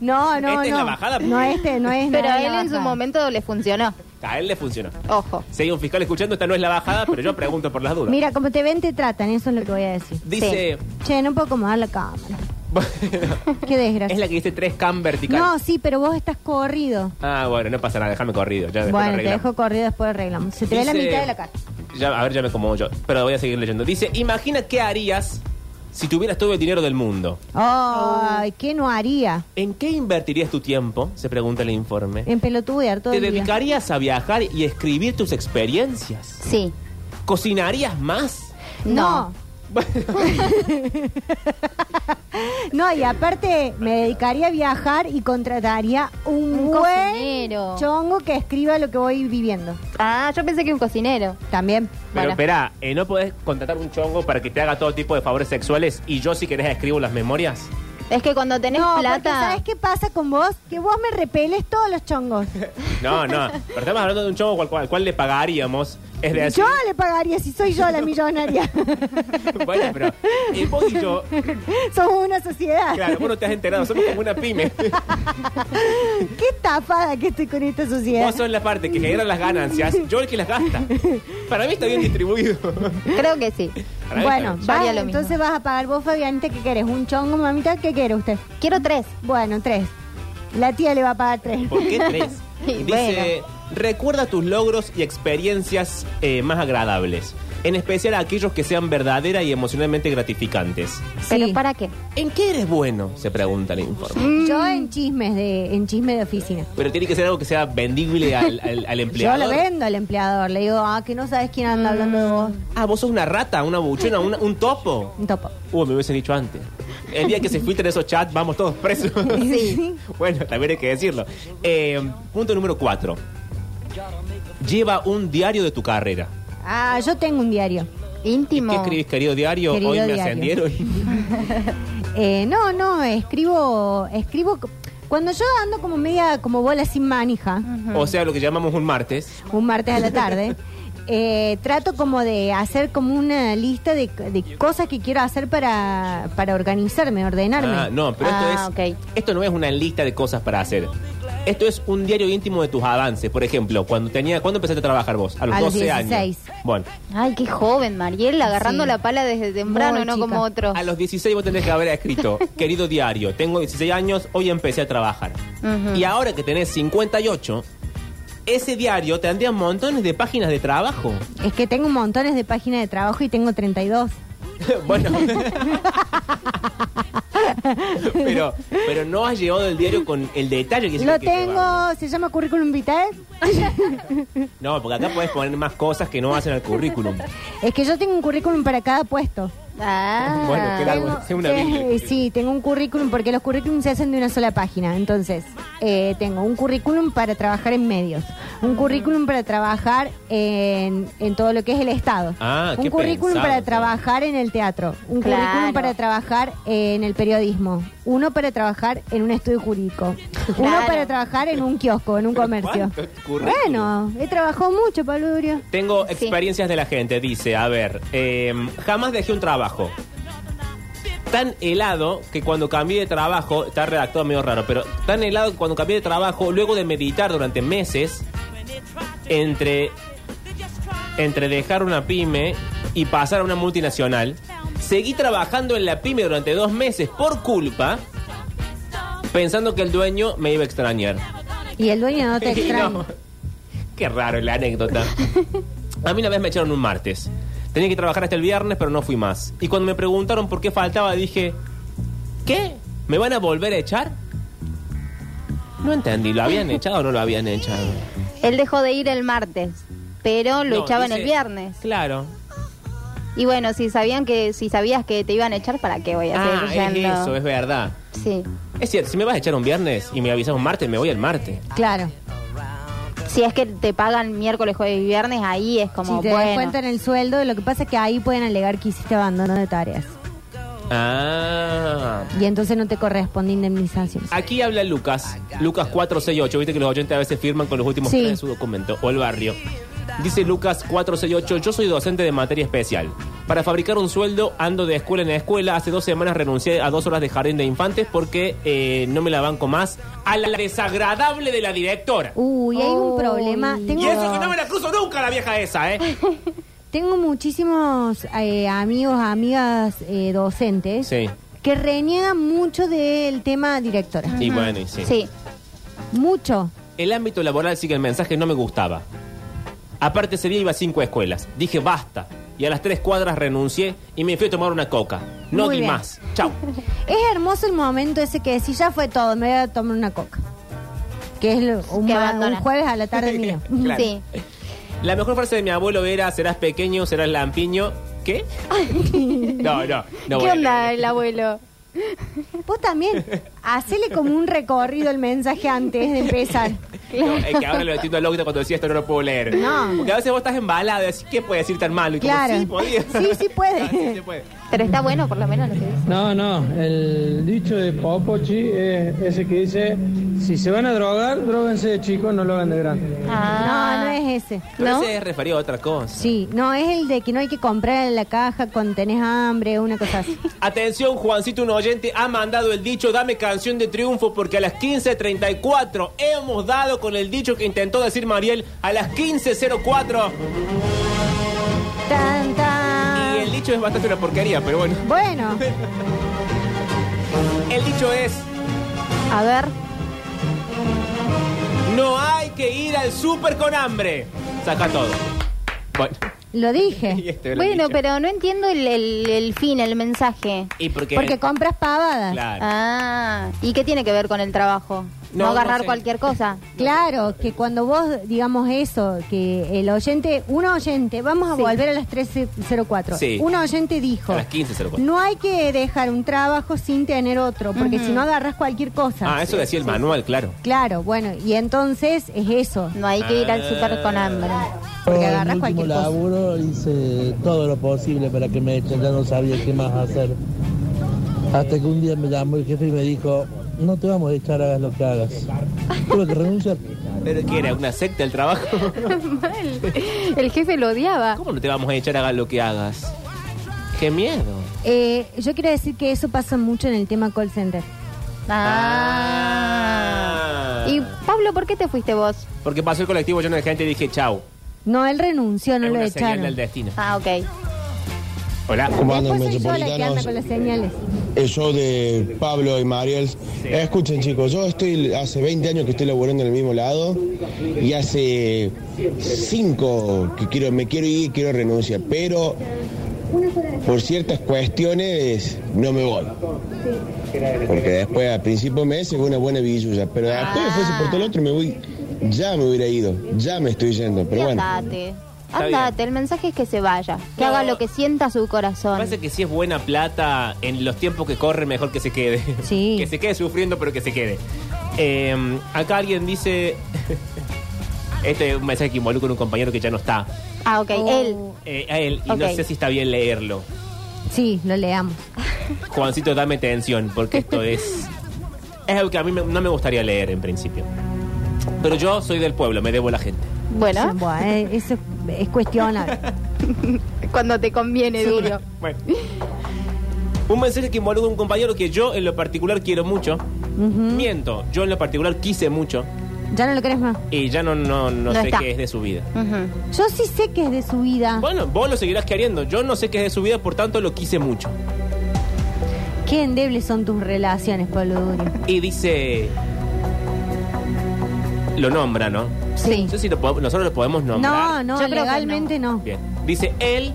Speaker 2: No, no, no.
Speaker 1: Esta es la bajada.
Speaker 2: No, este no es
Speaker 6: Pero
Speaker 2: nada
Speaker 6: a
Speaker 2: de
Speaker 6: él
Speaker 2: la
Speaker 6: en su
Speaker 2: bajada.
Speaker 6: momento le funcionó.
Speaker 1: A él le funcionó.
Speaker 6: Ojo.
Speaker 1: Si hay un fiscal escuchando, esta no es la bajada, pero yo pregunto por las dudas.
Speaker 2: Mira, como te ven, te tratan, eso es lo que voy a decir.
Speaker 1: Dice,
Speaker 2: Che, no puedo acomodar la cámara. Qué
Speaker 1: es
Speaker 2: desgracia.
Speaker 1: la que dice tres cam vertical.
Speaker 2: No, sí, pero vos estás corrido.
Speaker 1: Ah, bueno, no pasa nada, déjame corrido. Ya después lo
Speaker 2: Bueno, te
Speaker 1: arreglamos.
Speaker 2: dejo corrido, después arreglamos. Se te ve la
Speaker 1: Dice-
Speaker 2: mitad de la cara.
Speaker 1: Ya, a ver, ya me como yo, pero voy a seguir leyendo. Dice, imagina qué harías si tuvieras todo el dinero del mundo.
Speaker 2: Ay, ¿qué no haría?
Speaker 1: ¿En qué invertirías tu tiempo? Se pregunta el informe.
Speaker 2: En pelotudear Eh, todo
Speaker 1: ¿Te
Speaker 2: el día.
Speaker 1: dedicarías a viajar y escribir tus experiencias?
Speaker 6: Sí.
Speaker 1: ¿Cocinarías más?
Speaker 2: No. no, y aparte me dedicaría a viajar y contrataría un,
Speaker 6: Un
Speaker 2: buen
Speaker 6: cocinero.
Speaker 2: chongo que escriba lo que voy viviendo.
Speaker 6: Ah, yo pensé que un cocinero.
Speaker 2: También.
Speaker 1: Pero
Speaker 6: Bueno.
Speaker 1: espera, eh, ¿no podés contratar un chongo para que te haga todo tipo de favores sexuales y yo si querés escribo las memorias?
Speaker 6: Es que cuando tenés
Speaker 2: no, porque
Speaker 6: plata.
Speaker 2: ¿sabes qué pasa con vos? Que vos me repeles todos los chongos.
Speaker 1: No, no, pero estamos hablando de un chongo al cual, al cual le pagaríamos. Es de así.
Speaker 2: Yo le pagaría si soy yo la millonaria.
Speaker 1: Bueno, pero eh, vos y yo,
Speaker 2: Somos una sociedad.
Speaker 1: claro, vos no te has enterado, somos como una pyme.
Speaker 2: Qué estafada que estoy con esta sociedad.
Speaker 1: Vos sos la parte que genera las ganancias, yo el que las gasta. Para mí está bien distribuido.
Speaker 6: Creo que sí.
Speaker 1: Para mí está
Speaker 2: Bueno,
Speaker 1: bien.
Speaker 6: Yo haría
Speaker 2: vas-
Speaker 6: lo mismo.
Speaker 2: entonces vas a pagar vos, Fabianita, ¿qué querés? ¿Un chongo, mamita? ¿Qué quiere usted?
Speaker 6: Quiero tres.
Speaker 2: Bueno, tres. La tía le va a pagar tres.
Speaker 1: ¿Por qué tres?
Speaker 6: Y
Speaker 1: Dice, recuerda tus logros y experiencias eh, más agradables, en especial aquellos que sean verdaderas y emocionalmente gratificantes.
Speaker 6: ¿Pero para qué?
Speaker 1: ¿En qué eres bueno? Se pregunta el informe.
Speaker 2: Yo en chismes de, en chisme de oficina.
Speaker 1: Pero tiene que ser algo que sea vendible al, al, al
Speaker 2: Yo
Speaker 1: empleador.
Speaker 2: lo vendo al empleador, le digo, ah, que no sabes quién anda hablando de vos.
Speaker 1: Ah, vos sos una rata, una buchona, una- un topo.
Speaker 2: Un topo.
Speaker 1: Uh, me hubiesen dicho antes. El día que se filtren esos chats, vamos todos presos.
Speaker 2: Sí.
Speaker 1: bueno, también hay que decirlo. Eh, punto número cuatro. Lleva un diario de tu carrera.
Speaker 2: Ah, yo tengo un diario.
Speaker 6: Íntimo.
Speaker 1: ¿Qué escribís, querido diario?
Speaker 2: Querido
Speaker 1: Hoy me
Speaker 2: diario.
Speaker 1: ascendieron.
Speaker 2: Eh, no, no, escribo, escribo, c- Cuando yo ando como media, como bola sin manija,
Speaker 1: O sea, lo que llamamos un martes.
Speaker 2: un martes a la tarde, eh, trato como de hacer como una lista de, de cosas que quiero hacer para, para organizarme, ordenarme.
Speaker 1: Ah, no, pero esto
Speaker 6: Ah,
Speaker 1: es.
Speaker 6: ok.
Speaker 1: Esto no es una lista de cosas para hacer. Esto es un diario íntimo de tus avances. Por ejemplo, cuando tenía, ¿cuándo empezaste a trabajar vos? A los
Speaker 2: A los
Speaker 1: 12
Speaker 2: 16.
Speaker 1: años. Bueno,
Speaker 6: Ay, qué joven, Mariel, agarrando
Speaker 2: Sí.
Speaker 6: la pala desde temprano,
Speaker 2: Muy
Speaker 6: no
Speaker 2: chica.
Speaker 6: como otros.
Speaker 1: a los 16 vos tenés que haber escrito, querido diario, tengo 16 años, hoy empecé a trabajar.
Speaker 6: Ujú.
Speaker 1: Y ahora que tenés 58, ese diario tendría montones de páginas de trabajo.
Speaker 2: Es que tengo montones de páginas de trabajo y tengo 32.
Speaker 1: bueno. pero, pero no has llevado el diario con el detalle que se
Speaker 2: Lo
Speaker 1: tiene que llevar.
Speaker 2: tengo, se llama currículum vitae.
Speaker 1: No, porque acá puedes poner más cosas que no hacen al currículum.
Speaker 2: Es que yo tengo un currículum para cada puesto.
Speaker 6: Ah,
Speaker 1: Bueno, qué largo.
Speaker 2: Tengo-
Speaker 1: es una
Speaker 2: sí,
Speaker 1: biblia.
Speaker 2: sí, tengo un currículum porque los currículums se hacen de una sola página. Entonces, eh, tengo un currículum para trabajar en medios,
Speaker 1: Ah.
Speaker 2: un currículum para trabajar en, en todo lo que es el Estado,
Speaker 1: Ah,
Speaker 2: un
Speaker 1: qué
Speaker 2: currículum
Speaker 1: pensado,
Speaker 2: para
Speaker 1: ¿no?
Speaker 2: trabajar en el teatro, un
Speaker 6: Claro.
Speaker 2: currículum para trabajar en el periodismo, uno para trabajar en un estudio jurídico, uno
Speaker 6: Claro.
Speaker 2: para trabajar en un kiosco, en un
Speaker 1: ¿Pero
Speaker 2: comercio.
Speaker 1: cuántos currículums?
Speaker 2: Bueno, he trabajado mucho, Pablo Durio.
Speaker 1: Tengo
Speaker 6: Sí.
Speaker 1: experiencias de la gente, dice, a ver, eh, jamás dejé un trabajo. Tan helado que cuando cambié de trabajo, está redactado medio raro, pero tan helado que cuando cambié de trabajo, luego de meditar durante meses, entre, entre dejar una pyme y pasar a una multinacional, seguí trabajando en la pyme durante dos meses por culpa, pensando que el dueño me iba a extrañar.
Speaker 2: Y el dueño no te
Speaker 1: Y
Speaker 2: extraña.
Speaker 1: no. Qué raro la anécdota. A mí una vez me echaron un martes. Tenía que trabajar hasta el viernes, pero no fui más. Y cuando me preguntaron por qué faltaba, dije, ¿qué? ¿Me van a volver a echar? No entendí, ¿lo habían echado o no lo habían echado?
Speaker 6: él dejó de ir el martes, pero lo
Speaker 1: No,
Speaker 6: echaban
Speaker 1: dice-
Speaker 6: el viernes.
Speaker 1: Claro.
Speaker 6: Y bueno, si sabían que si sabías que te iban a echar, ¿para qué voy a
Speaker 1: Ah,
Speaker 6: seguir
Speaker 1: es
Speaker 6: yendo?
Speaker 1: eso, es verdad.
Speaker 6: Sí.
Speaker 1: Es cierto, si me vas a echar un viernes y me avisas un martes, me voy el martes.
Speaker 2: Claro.
Speaker 6: Si es que te pagan miércoles, jueves y viernes, ahí es como
Speaker 2: si te
Speaker 6: bueno.
Speaker 2: descuentan el sueldo, lo que pasa es que ahí pueden alegar que hiciste abandono de tareas.
Speaker 1: Ah.
Speaker 2: Y entonces no te corresponde indemnización.
Speaker 1: Aquí habla Lucas, Lucas 468, viste que los 80 a veces firman con los últimos
Speaker 2: Sí.
Speaker 1: tres de su documento, o el barrio. Dice Lucas 468, yo soy docente de materia especial. Para fabricar un sueldo ando de escuela en escuela. Hace dos semanas renuncié a dos horas de jardín de infantes porque eh, no me la banco más a la desagradable de la directora.
Speaker 2: Uy, hay un
Speaker 6: Uy.
Speaker 2: problema.
Speaker 1: Y eso que
Speaker 2: Tengo,
Speaker 1: no me la cruzo nunca la vieja esa, ¿eh?
Speaker 2: tengo muchísimos eh, amigos, amigas eh, docentes
Speaker 1: Sí.
Speaker 2: que reniegan mucho del tema directora.
Speaker 1: Y bueno, y
Speaker 6: Sí.
Speaker 1: sí.
Speaker 6: Ah.
Speaker 2: Mucho.
Speaker 1: El ámbito laboral sí que el mensaje no me gustaba. Aparte ese día iba a cinco escuelas. Dije basta. Y a las tres cuadras renuncié y me fui a tomar una coca. No
Speaker 2: Muy
Speaker 1: di
Speaker 2: bien.
Speaker 1: más. Chau.
Speaker 2: Es hermoso el momento ese que si ya fue todo, me voy a tomar una coca. Que es lo- un,
Speaker 6: Que
Speaker 2: ma-
Speaker 6: abandona.
Speaker 2: un jueves a la tarde mío.
Speaker 1: Claro.
Speaker 6: Sí.
Speaker 1: La mejor frase de mi abuelo era serás pequeño, serás lampiño. ¿Qué? No, no. no voy
Speaker 6: ¿Qué
Speaker 1: a
Speaker 6: onda
Speaker 1: leer.
Speaker 6: el abuelo?
Speaker 2: Vos también, hacele como un recorrido el mensaje antes de empezar.
Speaker 1: No, es que ahora lo entiendo al Octa cuando decía esto no lo puedo leer.
Speaker 2: No.
Speaker 1: Porque a veces vos estás embalada, decís, ¿qué puede decir tan malo? Y como,
Speaker 2: Claro.
Speaker 1: sí, podía.
Speaker 2: Sí, sí puede.
Speaker 1: Ah, sí, sí puede.
Speaker 6: Pero está bueno, por lo menos lo que dice.
Speaker 8: No, no, el dicho de Eh, Popochi es ese que dice, si se van a drogar, droguense de chicos, no lo hagan de grande.
Speaker 2: Ah,
Speaker 6: Ah,
Speaker 2: No,
Speaker 1: Ah.
Speaker 2: no es ese.
Speaker 1: Pero
Speaker 6: ¿No?
Speaker 1: ese es referido a otra cosa.
Speaker 2: Sí, no, es el de que no hay que comprar en la caja cuando tenés hambre, una cosa así.
Speaker 1: Atención, Juancito, un oyente ha mandado el dicho Dame canción de triunfo porque a las 15.34 hemos dado con el dicho que intentó decir Mariel a las 15.04
Speaker 2: Tan, tan.
Speaker 1: y el dicho es bastante una porquería, pero bueno.
Speaker 2: Bueno,
Speaker 1: El dicho es,
Speaker 6: A ver.
Speaker 1: no hay que ir al súper con hambre. Saca todo. Bueno,
Speaker 2: lo
Speaker 1: y
Speaker 2: dije.
Speaker 1: este era el
Speaker 6: Bueno,
Speaker 1: dicho.
Speaker 6: pero no entiendo el, el- el fin, el mensaje.
Speaker 1: ¿Y por qué?
Speaker 2: Porque compras pavadas. Claro.
Speaker 1: Claro.
Speaker 6: Ah, ¿y qué tiene que ver con el trabajo? No,
Speaker 1: No,
Speaker 6: agarrar
Speaker 1: no sé.
Speaker 6: cualquier cosa.
Speaker 2: que cuando vos digamos eso, que el oyente, un oyente, vamos a
Speaker 6: Sí.
Speaker 2: volver a las 13.04.
Speaker 1: Sí.
Speaker 2: Un oyente dijo,
Speaker 1: A las 15.04.
Speaker 2: no hay que dejar un trabajo sin tener otro, porque si no agarras cualquier cosa.
Speaker 1: Ah, eso decía el manual, claro.
Speaker 2: Claro, bueno, y entonces es eso.
Speaker 6: No hay que ir
Speaker 1: Ah.
Speaker 6: al súper con hambre.
Speaker 2: Porque agarras cualquier cosa.
Speaker 10: laburo hice todo lo posible para que me echen, ya no sabía qué más hacer. Hasta que un día me llamó el jefe y me dijo,
Speaker 11: no te vamos a echar, hagas lo que hagas. Tuve que renunciar.
Speaker 1: ¿Pero qué era? ¿Una secta el trabajo?
Speaker 6: Mal. El jefe lo odiaba.
Speaker 1: ¿Cómo no te vamos a echar hagas lo que hagas? ¡Qué miedo!
Speaker 2: Eh, yo quiero decir que eso pasa mucho en el tema call center.
Speaker 6: Ah. Y Pablo, ¿por qué te fuiste vos?
Speaker 1: Porque pasó el colectivo lleno de gente y dije chau.
Speaker 2: No, él renunció, no
Speaker 1: es
Speaker 2: lo
Speaker 1: una señal
Speaker 2: echaron.
Speaker 1: del destino.
Speaker 6: Ah, ok.
Speaker 1: Hola.
Speaker 11: ¿Cómo andan,
Speaker 2: Después soy yo la que anda
Speaker 11: metropolitanos?
Speaker 2: con las señales.
Speaker 11: El show de Pablo y Mariel. Escuchen, chicos, yo estoy hace 20 años que estoy laburando en el mismo lado y hace 5 que quiero, me quiero ir, quiero renunciar, pero por ciertas cuestiones no me voy. Porque después, al principio me mes, fue una buena billulla, pero después
Speaker 6: Ah.
Speaker 11: fuese por todo el otro, me voy. Ya me hubiera ido, ya me estoy yendo, pero
Speaker 6: Y
Speaker 11: bueno.
Speaker 6: andate.
Speaker 1: Está
Speaker 6: Andate, el mensaje es que se vaya, que
Speaker 1: No.
Speaker 6: haga lo que sienta su corazón.
Speaker 1: Parece que si es buena plata, en los tiempos que corre, mejor que se quede.
Speaker 2: Sí.
Speaker 1: que se quede sufriendo, pero que se quede. Eh, acá alguien dice... este es un mensaje que involucra a un compañero que ya no está.
Speaker 6: Ah, ok,
Speaker 2: Oh.
Speaker 6: él.
Speaker 1: Eh, a él, y
Speaker 6: Ok.
Speaker 1: no sé si está bien leerlo.
Speaker 2: Sí, lo leamos.
Speaker 1: Juancito, dame tensión, porque esto es... Es algo que a mí me- no me gustaría leer en principio. Pero yo soy del pueblo, me debo a la gente.
Speaker 6: Bueno,
Speaker 2: Sí, buah, eh, eso es cuestionable.
Speaker 6: cuando te conviene, Duro.
Speaker 1: Bueno. Un mensaje que involucra a un compañero que yo en lo particular quiero mucho.
Speaker 2: Mm.
Speaker 1: Miento, yo en lo particular quise mucho
Speaker 2: ya no lo crees más.
Speaker 1: y ya no, no, no,
Speaker 6: No
Speaker 1: sé
Speaker 6: está.
Speaker 1: qué es de su vida.
Speaker 6: Ujú.
Speaker 2: Yo sí sé que es de su vida.
Speaker 1: Bueno, vos lo seguirás queriendo. Yo no sé qué es de su vida, por tanto lo quise mucho.
Speaker 2: Qué endebles son tus relaciones, Pablo Durio.
Speaker 1: Y dice. Lo nombra, ¿no?
Speaker 2: Sí.
Speaker 1: No sé si lo podemos- nosotros lo podemos
Speaker 2: No,
Speaker 1: nombrar.
Speaker 2: no,
Speaker 6: Yo creo que
Speaker 2: legalmente no.
Speaker 1: Bien. Dice él.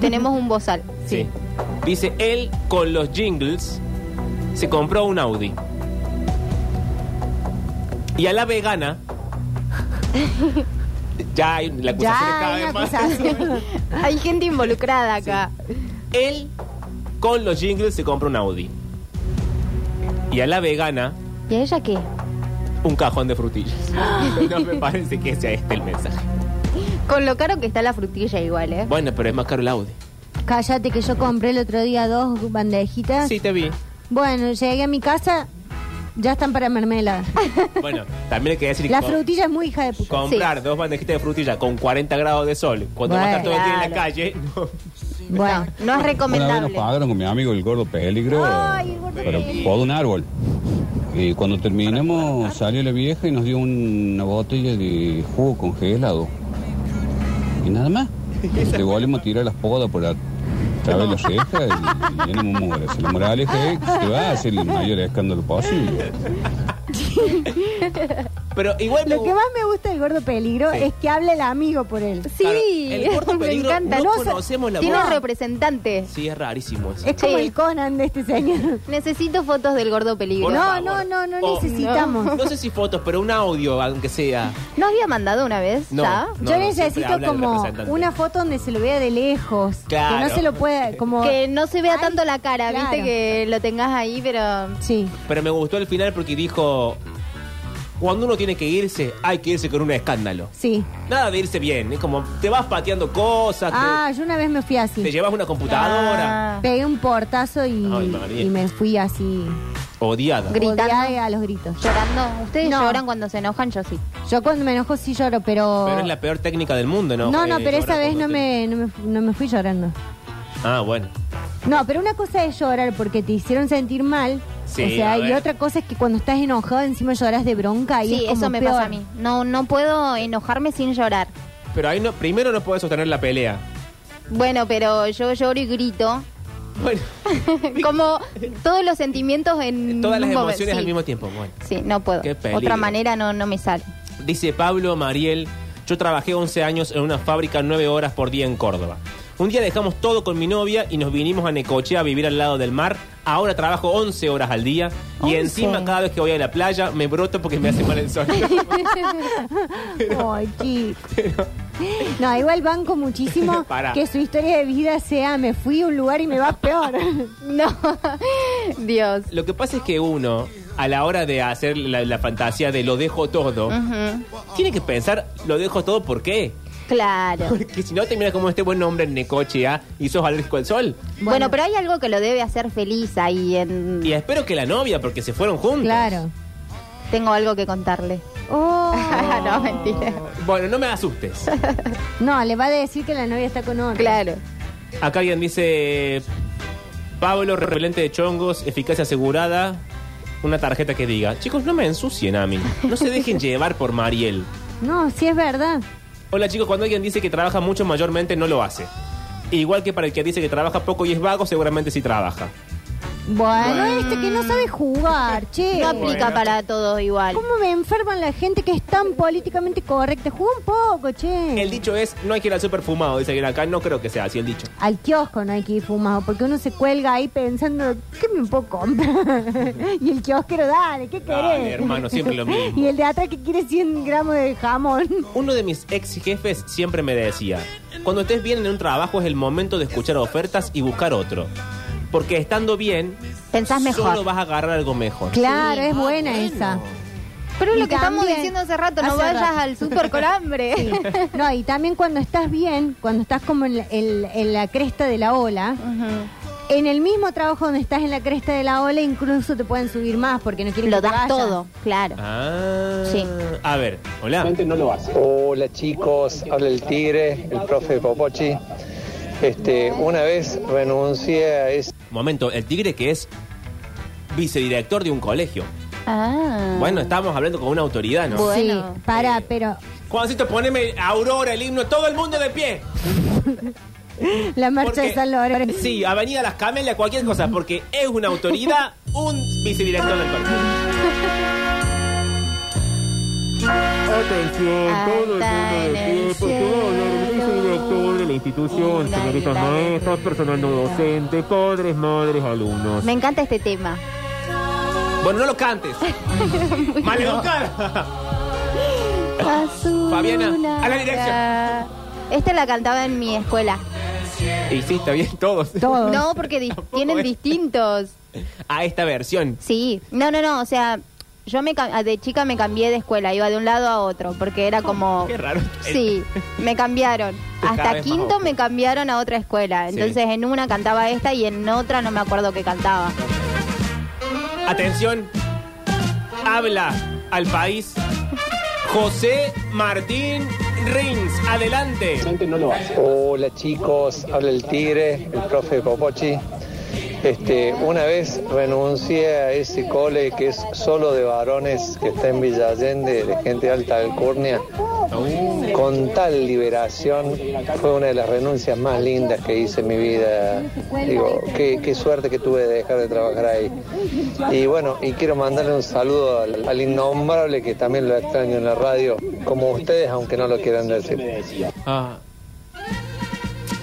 Speaker 6: Tenemos un bozal.
Speaker 1: Sí. Dice él con los jingles se compró un Audi. Y a la vegana. ya hay- la acusación es cada
Speaker 2: Ya, hay
Speaker 1: vez
Speaker 2: una
Speaker 1: más.
Speaker 2: acusación.
Speaker 6: Hay gente involucrada acá.
Speaker 1: Él con los jingles se compra un Audi. Y a la vegana,
Speaker 6: ¿Y a ella qué?
Speaker 1: un cajón de frutillas. no me parece que sea este el mensaje.
Speaker 6: Con lo caro que está la frutilla igual, ¿eh?
Speaker 1: Bueno, pero es más caro el Audi.
Speaker 2: Cállate que yo compré el otro día dos bandejitas.
Speaker 1: Sí, te vi.
Speaker 2: Bueno, llegué a mi casa, ya están para mermelada.
Speaker 1: Bueno, también hay que decir que
Speaker 2: La
Speaker 1: co-
Speaker 2: frutilla es muy hija de puta.
Speaker 1: comprar dos bandejitas de frutillas con 40 grados de sol cuando va a estar todo el día en la calle. no.
Speaker 2: Bueno,
Speaker 6: No es
Speaker 12: Una vez
Speaker 6: recomendable.
Speaker 12: nos pagaron con mi amigo el gordo peligro,
Speaker 2: Ay, el gordo
Speaker 12: pero
Speaker 2: peligro.
Speaker 12: por un árbol. Y cuando terminamos salió la vieja y nos dio una botella de jugo congelado. Y nada más. Le volvimos a tirar las podas por a través de las cejas y, y éramos mugres. La moral es que se va a hacer el mayor escándalo posible.
Speaker 1: Pero igual me
Speaker 2: lo que
Speaker 1: gu-
Speaker 2: más me gusta del gordo peligro
Speaker 1: Sí.
Speaker 2: es que habla el amigo por él.
Speaker 1: Claro,
Speaker 6: Sí,
Speaker 1: el gordo
Speaker 6: me
Speaker 1: peligro,
Speaker 6: encanta.
Speaker 1: no
Speaker 6: sé-
Speaker 1: conocemos la
Speaker 6: Tiene
Speaker 1: voz.
Speaker 6: un representante.
Speaker 1: Sí, es rarísimo eso.
Speaker 2: Es como
Speaker 6: Sí.
Speaker 2: el Conan de este señor.
Speaker 6: Necesito fotos del gordo peligro.
Speaker 1: Por
Speaker 2: no,
Speaker 1: favor.
Speaker 2: no, no, no
Speaker 1: Oh.
Speaker 2: necesitamos.
Speaker 1: No sé si fotos, pero un audio, aunque sea.
Speaker 6: ¿No había mandado una vez?
Speaker 1: No. No,
Speaker 6: ¿ya?
Speaker 2: Yo
Speaker 1: no, siempre
Speaker 2: necesito
Speaker 1: habla el
Speaker 2: como
Speaker 1: representante.
Speaker 2: una foto donde se lo vea de lejos. Que
Speaker 1: Claro.
Speaker 2: no se lo pueda, como...
Speaker 6: Que no se vea
Speaker 2: Ay,
Speaker 6: tanto la cara,
Speaker 2: claro.
Speaker 6: viste que lo tengas ahí, pero...
Speaker 2: Sí.
Speaker 1: Pero me gustó el final porque dijo: Cuando uno tiene que irse, hay que irse con un escándalo.
Speaker 2: Sí.
Speaker 1: Nada de irse bien, es como te vas pateando cosas, te-
Speaker 2: Ah, yo una vez me fui
Speaker 1: te,
Speaker 2: así.
Speaker 1: llevas una computadora.
Speaker 6: Ah.
Speaker 2: Pegué un portazo y,
Speaker 1: Ay, María.
Speaker 2: y me fui así.
Speaker 1: Odiada.
Speaker 6: Gr- Gritando.
Speaker 2: odiada a los gritos.
Speaker 6: ¿Llorando? ¿Ustedes
Speaker 2: No.
Speaker 6: lloran cuando se enojan? Yo sí.
Speaker 2: Yo cuando me enojo sí lloro, pero...
Speaker 1: Pero es la peor técnica del mundo, ¿no?
Speaker 2: no, no,
Speaker 1: Eh,
Speaker 2: pero
Speaker 1: llorar
Speaker 2: esa vez
Speaker 1: cuando te-
Speaker 2: no me, no, me, no me fui llorando.
Speaker 1: Ah, bueno.
Speaker 2: No, pero una cosa es llorar porque te hicieron sentir mal.
Speaker 1: Sí,
Speaker 2: o sea,
Speaker 1: a
Speaker 2: y
Speaker 1: ver.
Speaker 2: otra cosa es que cuando estás enojado encima lloras de bronca y
Speaker 6: sí,
Speaker 2: es como
Speaker 6: eso me
Speaker 2: peor.
Speaker 6: pasa a mí. No, no puedo enojarme sin llorar.
Speaker 1: Pero ahí no, primero no puedes sostener la pelea.
Speaker 6: Bueno, pero yo lloro y grito.
Speaker 1: Bueno,
Speaker 6: Como todos los sentimientos en
Speaker 1: todas las
Speaker 6: un momento.
Speaker 1: emociones al
Speaker 6: Sí.
Speaker 1: mismo tiempo. Bueno.
Speaker 6: Sí, no puedo.
Speaker 1: Qué peligro.
Speaker 6: Otra manera no, no me sale.
Speaker 1: Dice Pablo Mariel, yo trabajé 11 años en una fábrica 9 horas por día en Córdoba. Un día dejamos todo con mi novia y nos vinimos a Necochea a vivir al lado del mar. Ahora trabajo 11 horas al día y
Speaker 6: 11.
Speaker 1: encima cada vez que voy a la playa me broto porque me hace mal el sol.
Speaker 2: Ay, chico. No, igual banco muchísimo
Speaker 1: Pará.
Speaker 2: que su historia de vida sea me fui a un lugar y me va peor.
Speaker 6: No, Dios.
Speaker 1: Lo que pasa es que uno, a la hora de hacer la, la fantasía de lo dejo todo,
Speaker 6: Ujú.
Speaker 1: tiene que pensar, lo dejo todo, ¿por qué?
Speaker 6: Claro.
Speaker 1: Porque si no, te miras como este buen hombre en Necochea y sos alérgico al sol.
Speaker 6: Bueno, pero hay algo que lo debe hacer feliz ahí en...
Speaker 1: Y espero que la novia, porque se fueron juntos.
Speaker 6: Claro. Tengo algo que contarle. no, mentira.
Speaker 1: Bueno, no me asustes.
Speaker 2: Oh. No, le va a decir que la novia está con otro.
Speaker 6: Claro.
Speaker 1: Acá alguien dice: Pablo, repelente de chongos, eficacia asegurada. Una tarjeta que diga: Chicos, no me ensucien a mí. No se dejen llevar por Mariel.
Speaker 2: No, sí es verdad.
Speaker 1: Hola, chicos, cuando alguien dice que trabaja mucho, mayormente no lo hace. Igual que para el que dice que trabaja poco y es vago, seguramente sí trabaja.
Speaker 2: Bueno, este que no sabe jugar, che.
Speaker 6: No aplica Bueno. para todos igual.
Speaker 2: ¿Cómo me enferman la gente que es tan políticamente correcta? Juega un poco, che.
Speaker 1: El dicho es: No hay que ir al super fumado. Dice que acá no creo que sea así el dicho.
Speaker 2: Al kiosco no hay que ir fumado, porque uno se cuelga ahí pensando, ¿qué me puedo comprar? y el kiosquero, dale, ¿qué querés?
Speaker 1: Dale, hermano, siempre lo mismo.
Speaker 2: y el de atrás que quiere 100 gramos de jamón.
Speaker 1: Uno de mis ex jefes siempre me decía, cuando estés bien en un trabajo es el momento de escuchar ofertas y buscar otro. Porque estando bien,
Speaker 6: Pensás mejor.
Speaker 1: solo vas a agarrar algo mejor.
Speaker 2: Claro, es buena esa.
Speaker 6: Pero es
Speaker 2: Y
Speaker 6: lo que estamos
Speaker 2: también-
Speaker 6: diciendo hace rato, no
Speaker 2: hace
Speaker 6: vayas
Speaker 2: rato.
Speaker 6: al súper con hambre.
Speaker 2: Sí. No, y también cuando estás bien, cuando estás como en, la- en- en la cresta de la ola, en el mismo trabajo donde estás en la cresta de la ola, incluso te pueden subir más porque no quieren
Speaker 6: Lo
Speaker 2: que te vayas.
Speaker 6: das todo, claro.
Speaker 1: Ah,
Speaker 6: Sí.
Speaker 1: A ver, hola.
Speaker 13: Hola chicos, habla el tigre, el profe Popochi. Este, una vez renuncié a ese...
Speaker 1: Momento, el tigre que es vicedirector de un colegio.
Speaker 6: Ah.
Speaker 1: Bueno, estamos hablando con una autoridad, ¿no?
Speaker 2: Bueno. Sí, para, pero
Speaker 1: Juancito, poneme Aurora, el himno, todo el mundo de pie.
Speaker 2: la marcha
Speaker 1: Porque-
Speaker 2: de San Lorenzo.
Speaker 1: Sí, Avenida Las Camelias, cualquier cosa, porque es una autoridad, un vicedirector del colegio.
Speaker 14: Atención, todo el mundo de pie, por favor, el director de la institución, señoritas maestras, personal no docente, padres, madres, alumnos.
Speaker 6: Me encanta este tema.
Speaker 1: Bueno, no lo cantes. Maleducada. Fabiana, a la
Speaker 6: dirección. Esta la cantaba en mi escuela.
Speaker 1: Y sí, está bien, todos.
Speaker 6: No, porque di- tienen distintos.
Speaker 1: A esta versión.
Speaker 6: Sí. No, no, no. O sea, yo me cam- de chica me cambié de escuela. Iba de un lado a otro. Porque era como.
Speaker 1: Qué raro.
Speaker 6: Sí, me cambiaron.
Speaker 1: Cada
Speaker 6: Hasta
Speaker 1: vez más
Speaker 6: quinto me cambiaron a otra escuela.
Speaker 1: Sí.
Speaker 6: Entonces en una cantaba esta y en otra no me acuerdo qué cantaba.
Speaker 1: Atención. Habla al país. José Martín Rins. Adelante.
Speaker 13: Hola chicos, habla el tigre, el profe Popochi. Este, una vez renuncié a ese cole que es solo de varones, que está en Villa Allende, de gente de alta alcurnia. Con tal liberación fue una de las renuncias más lindas que hice en mi vida. Digo, qué, qué suerte que tuve de dejar de trabajar ahí. Y bueno, y quiero mandarle un saludo al, al innombrable que también lo extraño en la radio, como ustedes, aunque no lo quieran decir.
Speaker 1: Ah.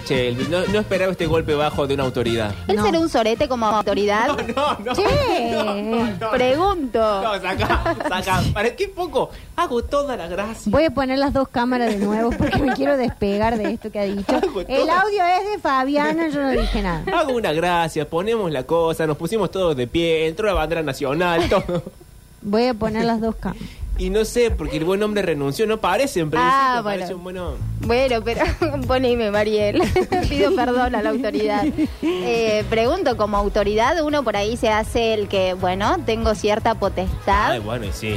Speaker 1: Che, el- no, no esperaba este golpe bajo de una autoridad.
Speaker 6: ¿Él será un sorete como autoridad?
Speaker 1: No, no, no.
Speaker 6: Che, pregunto.
Speaker 1: No, saca, saca. Para qué poco. Hago toda la gracia.
Speaker 2: Voy a poner las dos cámaras de nuevo porque me quiero despegar de esto que ha dicho. El audio es de Fabiana, yo no dije nada.
Speaker 1: Hago una gracia, ponemos la cosa, nos pusimos todos de pie, entró la bandera nacional, todo.
Speaker 2: Voy a poner las dos cámaras.
Speaker 1: Y no sé, porque el buen hombre renunció, no parece en principio,
Speaker 6: Ah,
Speaker 1: parece
Speaker 6: bueno.
Speaker 1: un buen hombre.
Speaker 6: Bueno, pero poneme, Mariel. Pido perdón a la autoridad. Eh, pregunto, como autoridad, uno por ahí se hace el que, bueno, tengo cierta potestad
Speaker 1: Ay, bueno, Ah, y sí.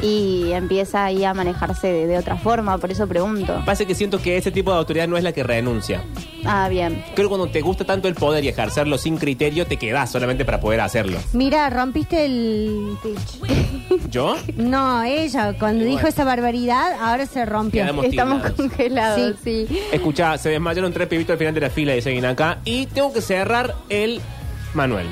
Speaker 6: y empieza ahí a manejarse de, de otra forma, por eso pregunto.
Speaker 1: Pasa que siento que ese tipo de autoridad no es la que renuncia.
Speaker 6: Ah, bien.
Speaker 1: Creo que cuando te gusta tanto el poder y ejercerlo sin criterio, te quedás solamente para poder hacerlo.
Speaker 2: Mira, rompiste el pitch.
Speaker 1: ¿Yo?
Speaker 2: No, ella, cuando dijo esa barbaridad, ahora se rompió.
Speaker 1: Quedamos Estamos tirados.
Speaker 6: congelados, sí.
Speaker 1: Escuchá, se desmayaron tres pibitos al final de la fila y seguían acá. Y tengo que cerrar el Manuel.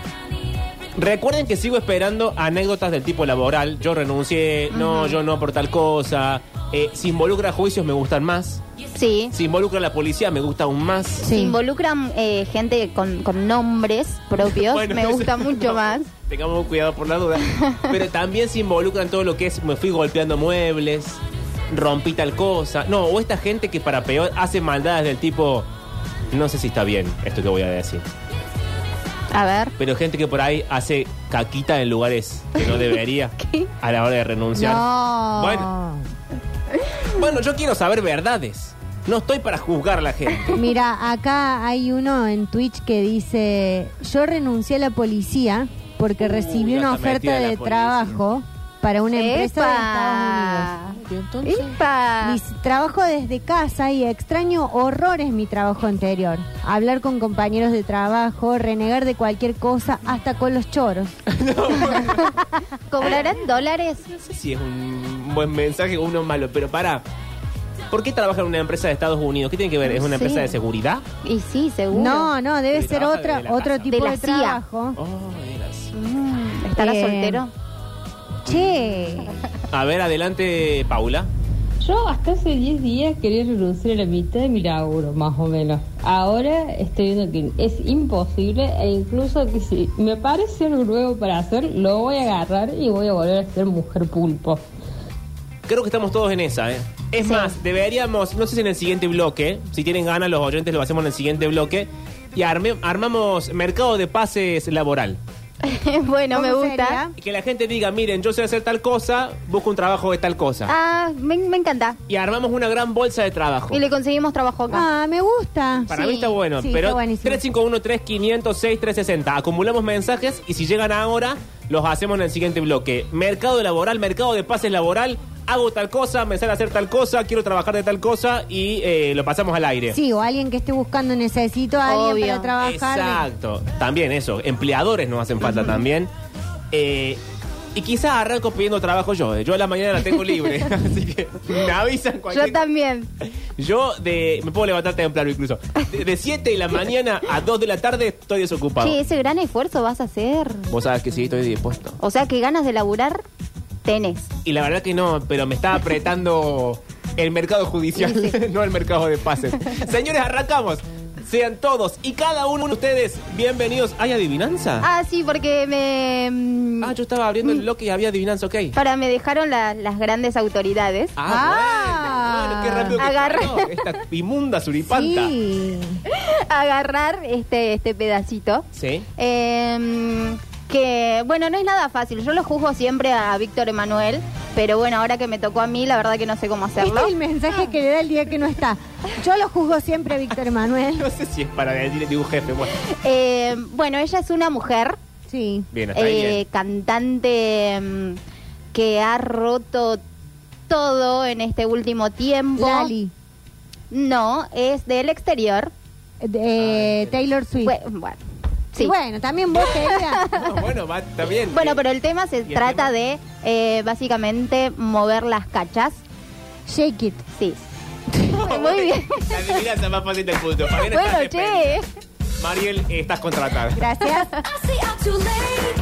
Speaker 1: Recuerden que sigo esperando anécdotas del tipo laboral. Yo renuncié, no, yo no por tal cosa. Eh, si involucra juicios me gustan más.
Speaker 6: Sí.
Speaker 1: Si involucra la policía me gusta aún más.
Speaker 6: Si involucran eh, gente con, con nombres propios,
Speaker 1: Bueno,
Speaker 6: me gusta
Speaker 1: eso-
Speaker 6: mucho más.
Speaker 1: Tengamos cuidado por la duda. Pero también se involucran todo lo que es, me fui golpeando muebles, rompí tal cosa. No, o esta gente que para peor hace maldades del tipo, no sé si está bien esto que voy a decir.
Speaker 6: A ver.
Speaker 1: Pero gente que por ahí hace caquita en lugares que no debería a la hora de renunciar.
Speaker 2: No.
Speaker 1: Bueno. Bueno, yo quiero saber verdades. No estoy para juzgar a la gente.
Speaker 2: Mira, acá hay uno en Twitch que dice, yo renuncié a la policía
Speaker 1: Uh,
Speaker 2: porque recibí
Speaker 6: ya
Speaker 2: una
Speaker 6: está
Speaker 2: oferta
Speaker 6: metida la
Speaker 2: de
Speaker 6: policía.
Speaker 2: trabajo para una empresa de Estados
Speaker 6: ¡Epa!
Speaker 2: Unidos.
Speaker 6: ¡Epa!
Speaker 2: Dice, trabajo desde casa y extraño horrores mi trabajo anterior. Hablar con compañeros de trabajo, renegar de cualquier cosa, hasta con los choros.
Speaker 6: ¿Cobrarán dólares?
Speaker 1: sé si es un buen mensaje o uno malo, pero para. ¿Por qué trabaja en una empresa de Estados Unidos? ¿Qué tiene que ver? ¿Es una
Speaker 6: Sí.
Speaker 1: empresa de seguridad?
Speaker 6: Y sí, seguro.
Speaker 2: No, no, debe
Speaker 1: Sí,
Speaker 2: ser
Speaker 1: trabaja
Speaker 2: otra,
Speaker 1: desde la
Speaker 2: otro
Speaker 1: casa.
Speaker 2: tipo
Speaker 6: De
Speaker 2: de,
Speaker 6: la CIA.
Speaker 2: trabajo.
Speaker 1: Oh, era así.
Speaker 6: Mm, ¿Estará
Speaker 2: Eh,
Speaker 6: soltero?
Speaker 2: Che,
Speaker 1: A ver, adelante, Paula.
Speaker 15: Yo hasta hace 10 días quería renunciar a la mitad de mi laburo, más o menos. Ahora estoy viendo que es imposible e incluso que si me parece algo nuevo para hacer, lo voy a agarrar y voy a volver a ser mujer pulpo.
Speaker 1: Creo que estamos todos en esa, ¿eh? Es más, deberíamos, no sé si en el siguiente bloque, si tienen ganas los oyentes lo hacemos en el siguiente bloque, y arme- armamos mercado de pases laboral.
Speaker 6: bueno, me
Speaker 2: ¿Cómo
Speaker 6: gusta.
Speaker 2: sería?
Speaker 1: Y que la gente diga, miren, yo sé hacer tal cosa, busco un trabajo de tal cosa.
Speaker 6: Ah, me, me encanta.
Speaker 1: Y armamos una gran bolsa de trabajo.
Speaker 6: Y le conseguimos trabajo acá.
Speaker 2: ah, me gusta.
Speaker 1: Para
Speaker 2: Sí.
Speaker 1: mí está bueno,
Speaker 2: Sí,
Speaker 1: pero
Speaker 2: está buenísimo.
Speaker 1: 351-3506-360. Acumulamos mensajes y si llegan ahora, los hacemos en el siguiente bloque. Mercado laboral, mercado de pases laboral. Hago tal cosa, me sale a hacer tal cosa, quiero trabajar de tal cosa y eh, lo pasamos al aire.
Speaker 2: Sí, o alguien que esté buscando, necesito a alguien
Speaker 6: Obvio.
Speaker 2: para trabajar.
Speaker 1: Exacto. También eso. Empleadores nos hacen falta también. Eh, y quizás arranco pidiendo trabajo yo. eh. Yo a la mañana la tengo libre. así que me avisan cualquier
Speaker 6: Yo también.
Speaker 1: Yo de, me puedo levantar temprano incluso. De- De 7 de la mañana a 2 de la tarde estoy desocupado.
Speaker 6: Che, ese gran esfuerzo vas a hacer.
Speaker 1: Vos sabés que sí, estoy dispuesto.
Speaker 6: O sea, que ganas de laburar tenés.
Speaker 1: Y la verdad que no, pero me está apretando el mercado judicial, no el mercado de pases. Señores, arrancamos. Sean todos y cada uno de ustedes bienvenidos. ¿Hay adivinanza?
Speaker 6: Ah, sí, porque me. mm, Ah.
Speaker 1: Ah, yo estaba abriendo el bloque y había adivinanza, ok.
Speaker 6: Para, me dejaron la- las grandes autoridades.
Speaker 1: Ah, bueno, bueno, qué rápido que
Speaker 6: Agarra-
Speaker 1: salió esta inmunda suripanta. Sí.
Speaker 2: Sí.
Speaker 6: Agarrar este, este pedacito. Eh, que, bueno, no es nada fácil. Yo lo juzgo siempre a Víctor Emanuel, pero bueno, ahora que me tocó a mí, la verdad que no sé cómo
Speaker 2: Este
Speaker 6: hacerlo.
Speaker 2: es el mensaje que le da el día que no está. Yo lo juzgo siempre, Víctor Manuel.
Speaker 1: No sé si es para decirle a un jefe. Bueno,
Speaker 6: Eh, bueno, ella es una mujer,
Speaker 2: Sí.
Speaker 1: bien, hasta ahí
Speaker 6: eh,
Speaker 1: bien.
Speaker 6: cantante mm, que ha roto todo en este último tiempo.
Speaker 2: Lali.
Speaker 6: No, es del exterior.
Speaker 2: de- eh, Taylor Swift.
Speaker 6: Bue- Bueno, sí.
Speaker 2: Y bueno, también vos, querida.
Speaker 1: No, Ah, bueno, va, está bien. Eh,
Speaker 6: Bueno, pero el tema se
Speaker 1: el
Speaker 6: trata
Speaker 1: tema?
Speaker 6: de eh, básicamente mover las cachas.
Speaker 2: Shake it.
Speaker 6: Sí. Muy bien.
Speaker 1: La adivinanza más fácil del mundo. Fabiana,
Speaker 6: Bueno,
Speaker 1: estás
Speaker 6: che.
Speaker 1: despedida. Mariel, estás eh, contratada.
Speaker 2: Gracias.
Speaker 16: I see I'm too late.